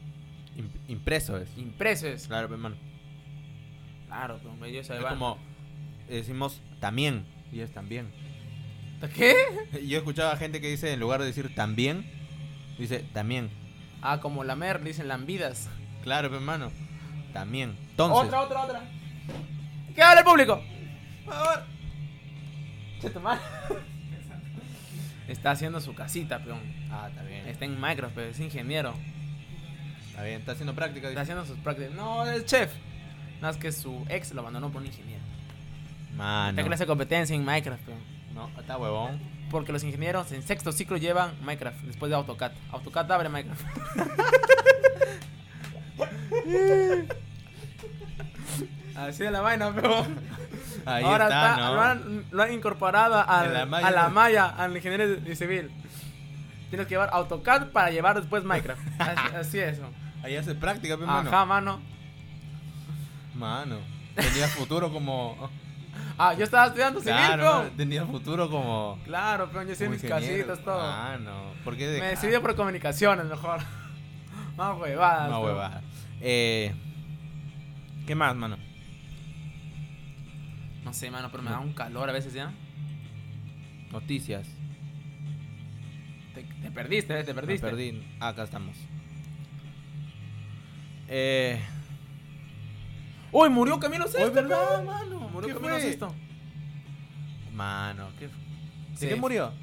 Speaker 1: Imp- impreso es.
Speaker 2: Impreso es.
Speaker 1: Claro, pues, hermano.
Speaker 2: Claro, pues, pero me dio esa
Speaker 1: Es
Speaker 2: huevada.
Speaker 1: como decimos también. Y es también.
Speaker 2: ¿Qué?
Speaker 1: Yo escuchaba gente que dice, en lugar de decir también, dice también.
Speaker 2: Ah, como la mer, dicen lambidas.
Speaker 1: Claro, pues, hermano. También. Entonces.
Speaker 2: Otra, otra, otra. ¿Qué habla el público? Por favor. Che, tu madre. Está haciendo su casita, peón.
Speaker 1: Ah, está bien.
Speaker 2: Está en Microsoft, es ingeniero.
Speaker 1: Está bien. Está haciendo práctica.
Speaker 2: Está
Speaker 1: dice.
Speaker 2: haciendo sus prácticas. No, es chef. No, es que su ex lo abandonó por un ingeniero. Esta
Speaker 1: Mano.
Speaker 2: clase de competencia en Minecraft, peón.
Speaker 1: No, está huevón.
Speaker 2: Porque los ingenieros en sexto ciclo llevan Minecraft después de AutoCAD. AutoCAD abre Minecraft. Así de la vaina, pero
Speaker 1: Ahí
Speaker 2: ahora
Speaker 1: está,
Speaker 2: está,
Speaker 1: ¿no?
Speaker 2: lo, han, lo han incorporado al-
Speaker 1: En la malla.
Speaker 2: a la malla, al ingeniero de civil. Tienes que llevar AutoCAD para llevar después Minecraft. Así, así es. ¿no?
Speaker 1: Ahí hace práctica, pues, mano.
Speaker 2: Ajá, mano.
Speaker 1: Mano. Tenía futuro como.
Speaker 2: Ah, yo estaba estudiando civil,
Speaker 1: Claro,
Speaker 2: claro,
Speaker 1: mano, tenía futuro como.
Speaker 2: Claro, pero yo hice
Speaker 1: como
Speaker 2: mis
Speaker 1: ingeniero.
Speaker 2: casitas, todo.
Speaker 1: Ah, no. ¿Por qué de
Speaker 2: Me decidí por comunicaciones, mejor. ah, Más huevadas.
Speaker 1: Una
Speaker 2: pero-
Speaker 1: huevada. Eh, ¿Qué más, mano?
Speaker 2: No sé, mano, pero me da un calor a veces ya.
Speaker 1: Noticias.
Speaker 2: Te, te perdiste, ¿eh? te
Speaker 1: Me
Speaker 2: perdiste.
Speaker 1: perdí. Ah, acá estamos. Eh,
Speaker 2: Uy, murió Camilo Sesto,
Speaker 1: ¿verdad,
Speaker 2: ¿no?
Speaker 1: mano?
Speaker 2: Murió
Speaker 1: ¿Qué
Speaker 2: Camilo
Speaker 1: fue?
Speaker 2: Sesto.
Speaker 1: Mano, ¿qué, ¿de
Speaker 2: Sí.
Speaker 1: qué murió?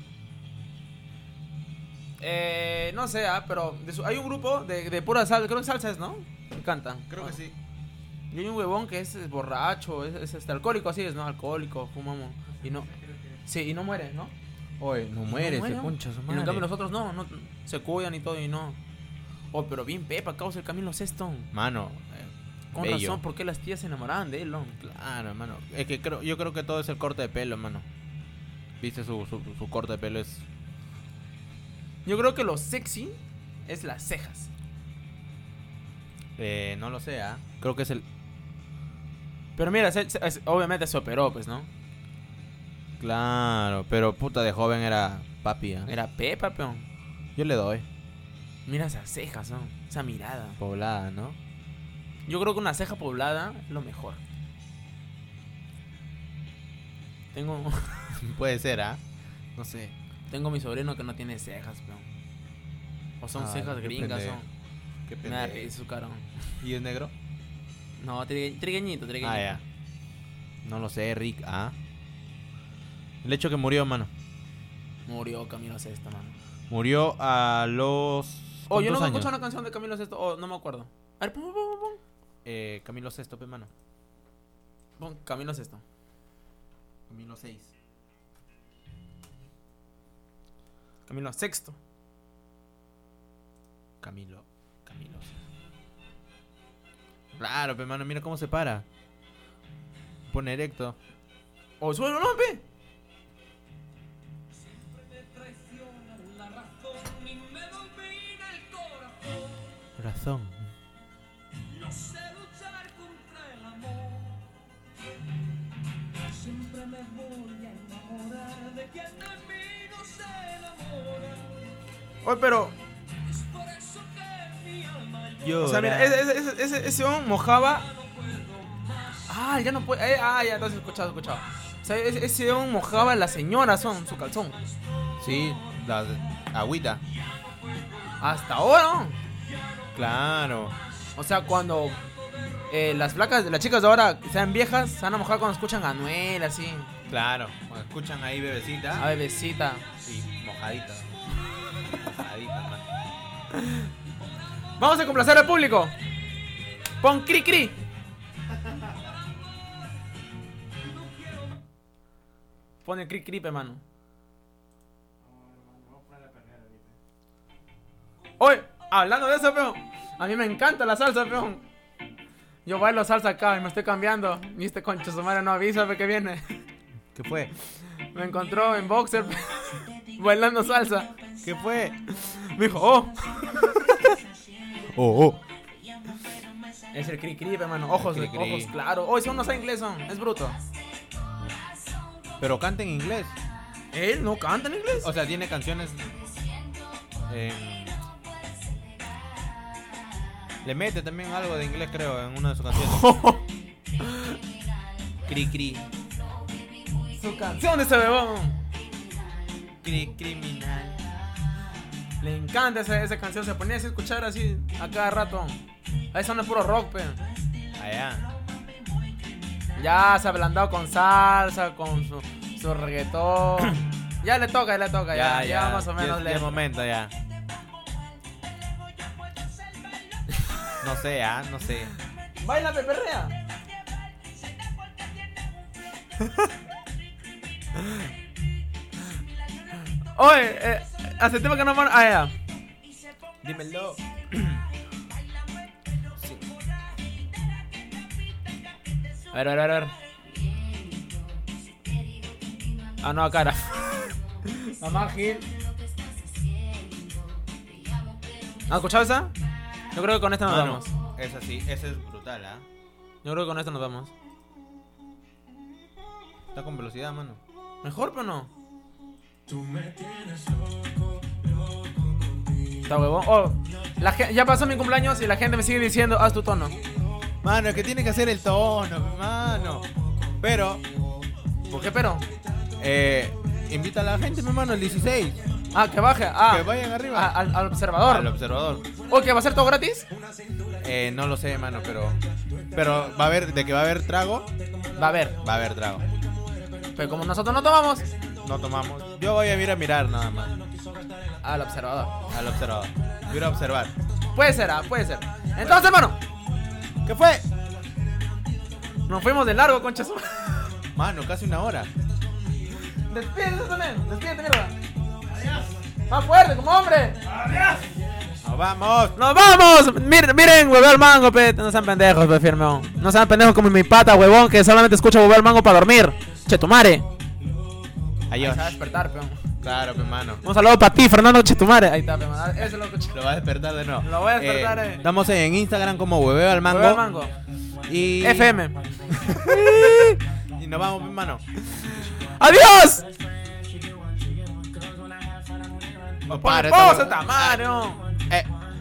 Speaker 2: Eh, no sé, ah, pero de su- hay un grupo de, de pura salsa, creo que salsa es, ¿no? Que cantan.
Speaker 3: Creo que sí.
Speaker 2: Y hay un huevón que es, es borracho, es, es este, alcohólico, así es, ¿no? Alcohólico, fumamos. Y no. Sí, y no muere, ¿no?
Speaker 1: Oye, no
Speaker 2: Y
Speaker 1: muere,
Speaker 2: muere,
Speaker 1: se
Speaker 2: ¿no?
Speaker 1: concha su
Speaker 2: Y en
Speaker 1: madre.
Speaker 2: cambio los otros no, no se cuidan y todo y no. Oh, pero bien Pepa, causa el Camilo Sesto.
Speaker 1: Mano,
Speaker 2: Con
Speaker 1: Bello.
Speaker 2: razón, ¿por qué las tías se enamoraban de él, ¿no?
Speaker 1: claro, mano. Es que creo, yo creo que todo es el corte de pelo, mano. Viste, su, su, su corte de pelo es.
Speaker 2: Yo creo que lo sexy es las cejas.
Speaker 1: Eh, no lo sé, ¿ah? Creo que es el.
Speaker 2: Pero mira, se- se- es- obviamente se operó, pues, ¿no?
Speaker 1: Claro, pero puta de joven era papi, ¿ah?
Speaker 2: Era Pepa, peón.
Speaker 1: Yo le doy.
Speaker 2: Mira esas cejas, ¿no? Esa mirada.
Speaker 1: Poblada, ¿no?
Speaker 2: Yo creo que una ceja poblada es lo mejor. Tengo,
Speaker 1: Puede ser, ¿ah? No sé.
Speaker 2: tengo mi sobrino que no tiene cejas, peón. O son
Speaker 1: Ay,
Speaker 2: cejas
Speaker 1: qué
Speaker 2: gringas,
Speaker 1: pendejo.
Speaker 2: son.
Speaker 1: Qué
Speaker 2: Me da
Speaker 1: pendejo.
Speaker 2: risa su carón.
Speaker 1: ¿Y es negro?
Speaker 2: No, tri- trigueñito, trigueñito.
Speaker 1: Ah, ya. No lo sé, Rick. Ah. El hecho que murió, mano.
Speaker 2: Murió Camilo Sesto, mano.
Speaker 1: Murió a los.
Speaker 2: Oh,
Speaker 1: ¿cuántos
Speaker 2: yo no he
Speaker 1: años?
Speaker 2: escuchado una canción de Camilo Sesto. Oh, no me acuerdo. A ver, pon, pon, pon, pon.
Speaker 1: Eh, Camilo VI, pe, mano.
Speaker 2: Pon Camilo Sesto.
Speaker 1: Camilo VI.
Speaker 2: Camilo Sexto.
Speaker 1: Camilo. Camilo. Claro, pe, mano. Mira cómo se para. Pone erecto.
Speaker 2: Oh, sube el volumen, pe.
Speaker 1: Razón.
Speaker 5: No sé luchar contra el amor. Siempre me voy a enamorar de quien de mí no se enamora.
Speaker 2: Oye, pero,
Speaker 5: Es por eso que mi alma
Speaker 1: Yo.
Speaker 2: o sea, mira, ese, ese, ese, ese, ese hombre mojaba. Ah, ya no puede. eh, ah, ya, entonces escuchado, escuchado. O sea, ese, ese hombre mojaba a la señora son, su calzón.
Speaker 1: Sí, la agüita.
Speaker 2: Hasta ahora. ¿no?
Speaker 1: Claro.
Speaker 2: O sea, cuando eh, las flacas, las chicas de ahora que sean viejas, se van a mojar cuando escuchan a Anuel, así.
Speaker 1: Claro. Cuando escuchan ahí,
Speaker 2: A
Speaker 1: bebecita.
Speaker 2: bebecita.
Speaker 1: Sí, mojadita. mojadita, mano.
Speaker 2: Vamos a complacer al público. Pon cri cri. Pon el cri cri, pe, mano. Oye, hablando de eso, peón. A mí me encanta la salsa, peón. Yo bailo salsa acá y me estoy cambiando. Y este concho su madre no avisa pe, que viene.
Speaker 1: ¿Qué fue?
Speaker 2: Me encontró en boxer pe, bailando salsa.
Speaker 1: ¿Qué fue?
Speaker 2: Me dijo, oh.
Speaker 1: Oh, oh.
Speaker 2: Es el cri cri, hermano. Ojos,
Speaker 1: El cri-cri.
Speaker 2: ojos, claro. Hoy son no sabe inglés, son. Es bruto.
Speaker 1: Pero canta en inglés.
Speaker 2: ¿Él no canta en inglés?
Speaker 1: O sea, tiene canciones. en- Le mete también algo de inglés, creo, en una de sus canciones. cri cri.
Speaker 2: Su canción de ese bebón.
Speaker 1: Cri criminal.
Speaker 2: Le encanta esa, esa canción. Se ponía así a escuchar así a cada rato. Ahí son el puro rock, pe.
Speaker 1: Allá.
Speaker 2: Ya se ha ablandado con salsa, con su, su reggaetón. ya le toca, ya le toca. Ya, ya, más o menos
Speaker 1: ya,
Speaker 2: le.
Speaker 1: ya momento, ya. No sé, ah, no sé.
Speaker 2: Baila peperrea. Oye, eh, hace tiempo que no mano. Ah, ya.
Speaker 1: Dímelo.
Speaker 2: A ver, a ver, a ver. Ah, no, cara. Mamá Gil. ¿Has escuchado Ah, esa? Yo creo que con esta nos
Speaker 1: Mano,
Speaker 2: vamos.
Speaker 1: esa sí, esa es brutal, ah.
Speaker 2: Yo creo que con esta nos vamos.
Speaker 1: Está con velocidad, mano.
Speaker 2: ¿Mejor pero no? Está huevón. Oh, la gen- ya pasó mi cumpleaños y la gente me sigue diciendo, haz tu tono.
Speaker 1: Mano, es que tiene que hacer el tono, mano. Pero,
Speaker 2: ¿Por qué pero?
Speaker 1: eh, invita a la gente, mi hermano, el 16.
Speaker 2: Ah, que Ah, baje. Ah,
Speaker 1: que vayan
Speaker 2: a-
Speaker 1: arriba.
Speaker 2: al, al observador.
Speaker 1: Al observador.
Speaker 2: ¿O que va a ser todo gratis?
Speaker 1: Eh, no lo sé, mano, pero. Pero va a haber, de que va a haber trago,
Speaker 2: Va a haber.
Speaker 1: va a haber trago.
Speaker 2: Pero como nosotros no tomamos,
Speaker 1: No tomamos. Yo voy a ir a mirar nada más.
Speaker 2: al observador.
Speaker 1: Al observador. Voy a ir a observar.
Speaker 2: Puede ser, ah, puede ser. Entonces, hermano,
Speaker 1: ¿Qué fue?
Speaker 2: nos fuimos de largo, concha. su-
Speaker 1: Mano, casi una hora.
Speaker 2: Despídete también, despídete, mierda. Más fuerte, como hombre.
Speaker 1: ¡Nos vamos!
Speaker 2: ¡Nos vamos! Miren, miren, hueveo al mango, pe. No sean pendejos, pe, firmeo. No sean pendejos como mi pata, huevón, que solamente escucha hueveo al mango para dormir. Chetumare.
Speaker 1: Adiós.
Speaker 2: despertar, peón.
Speaker 1: Claro, mi hermano.
Speaker 2: Un saludo para ti, Fernando Chetumare. Ahí está, peón. Eso es lo que
Speaker 1: Lo va a despertar de nuevo.
Speaker 2: Lo voy a despertar, eh.
Speaker 1: Estamos en Instagram como hueveo al mango.
Speaker 2: Hueveo al mango.
Speaker 1: Y...
Speaker 2: FM.
Speaker 1: Y nos vamos, mi hermano.
Speaker 2: ¡Adiós!
Speaker 1: O
Speaker 2: ¡Pausa,
Speaker 1: párate,
Speaker 2: tamaño!
Speaker 1: Eh,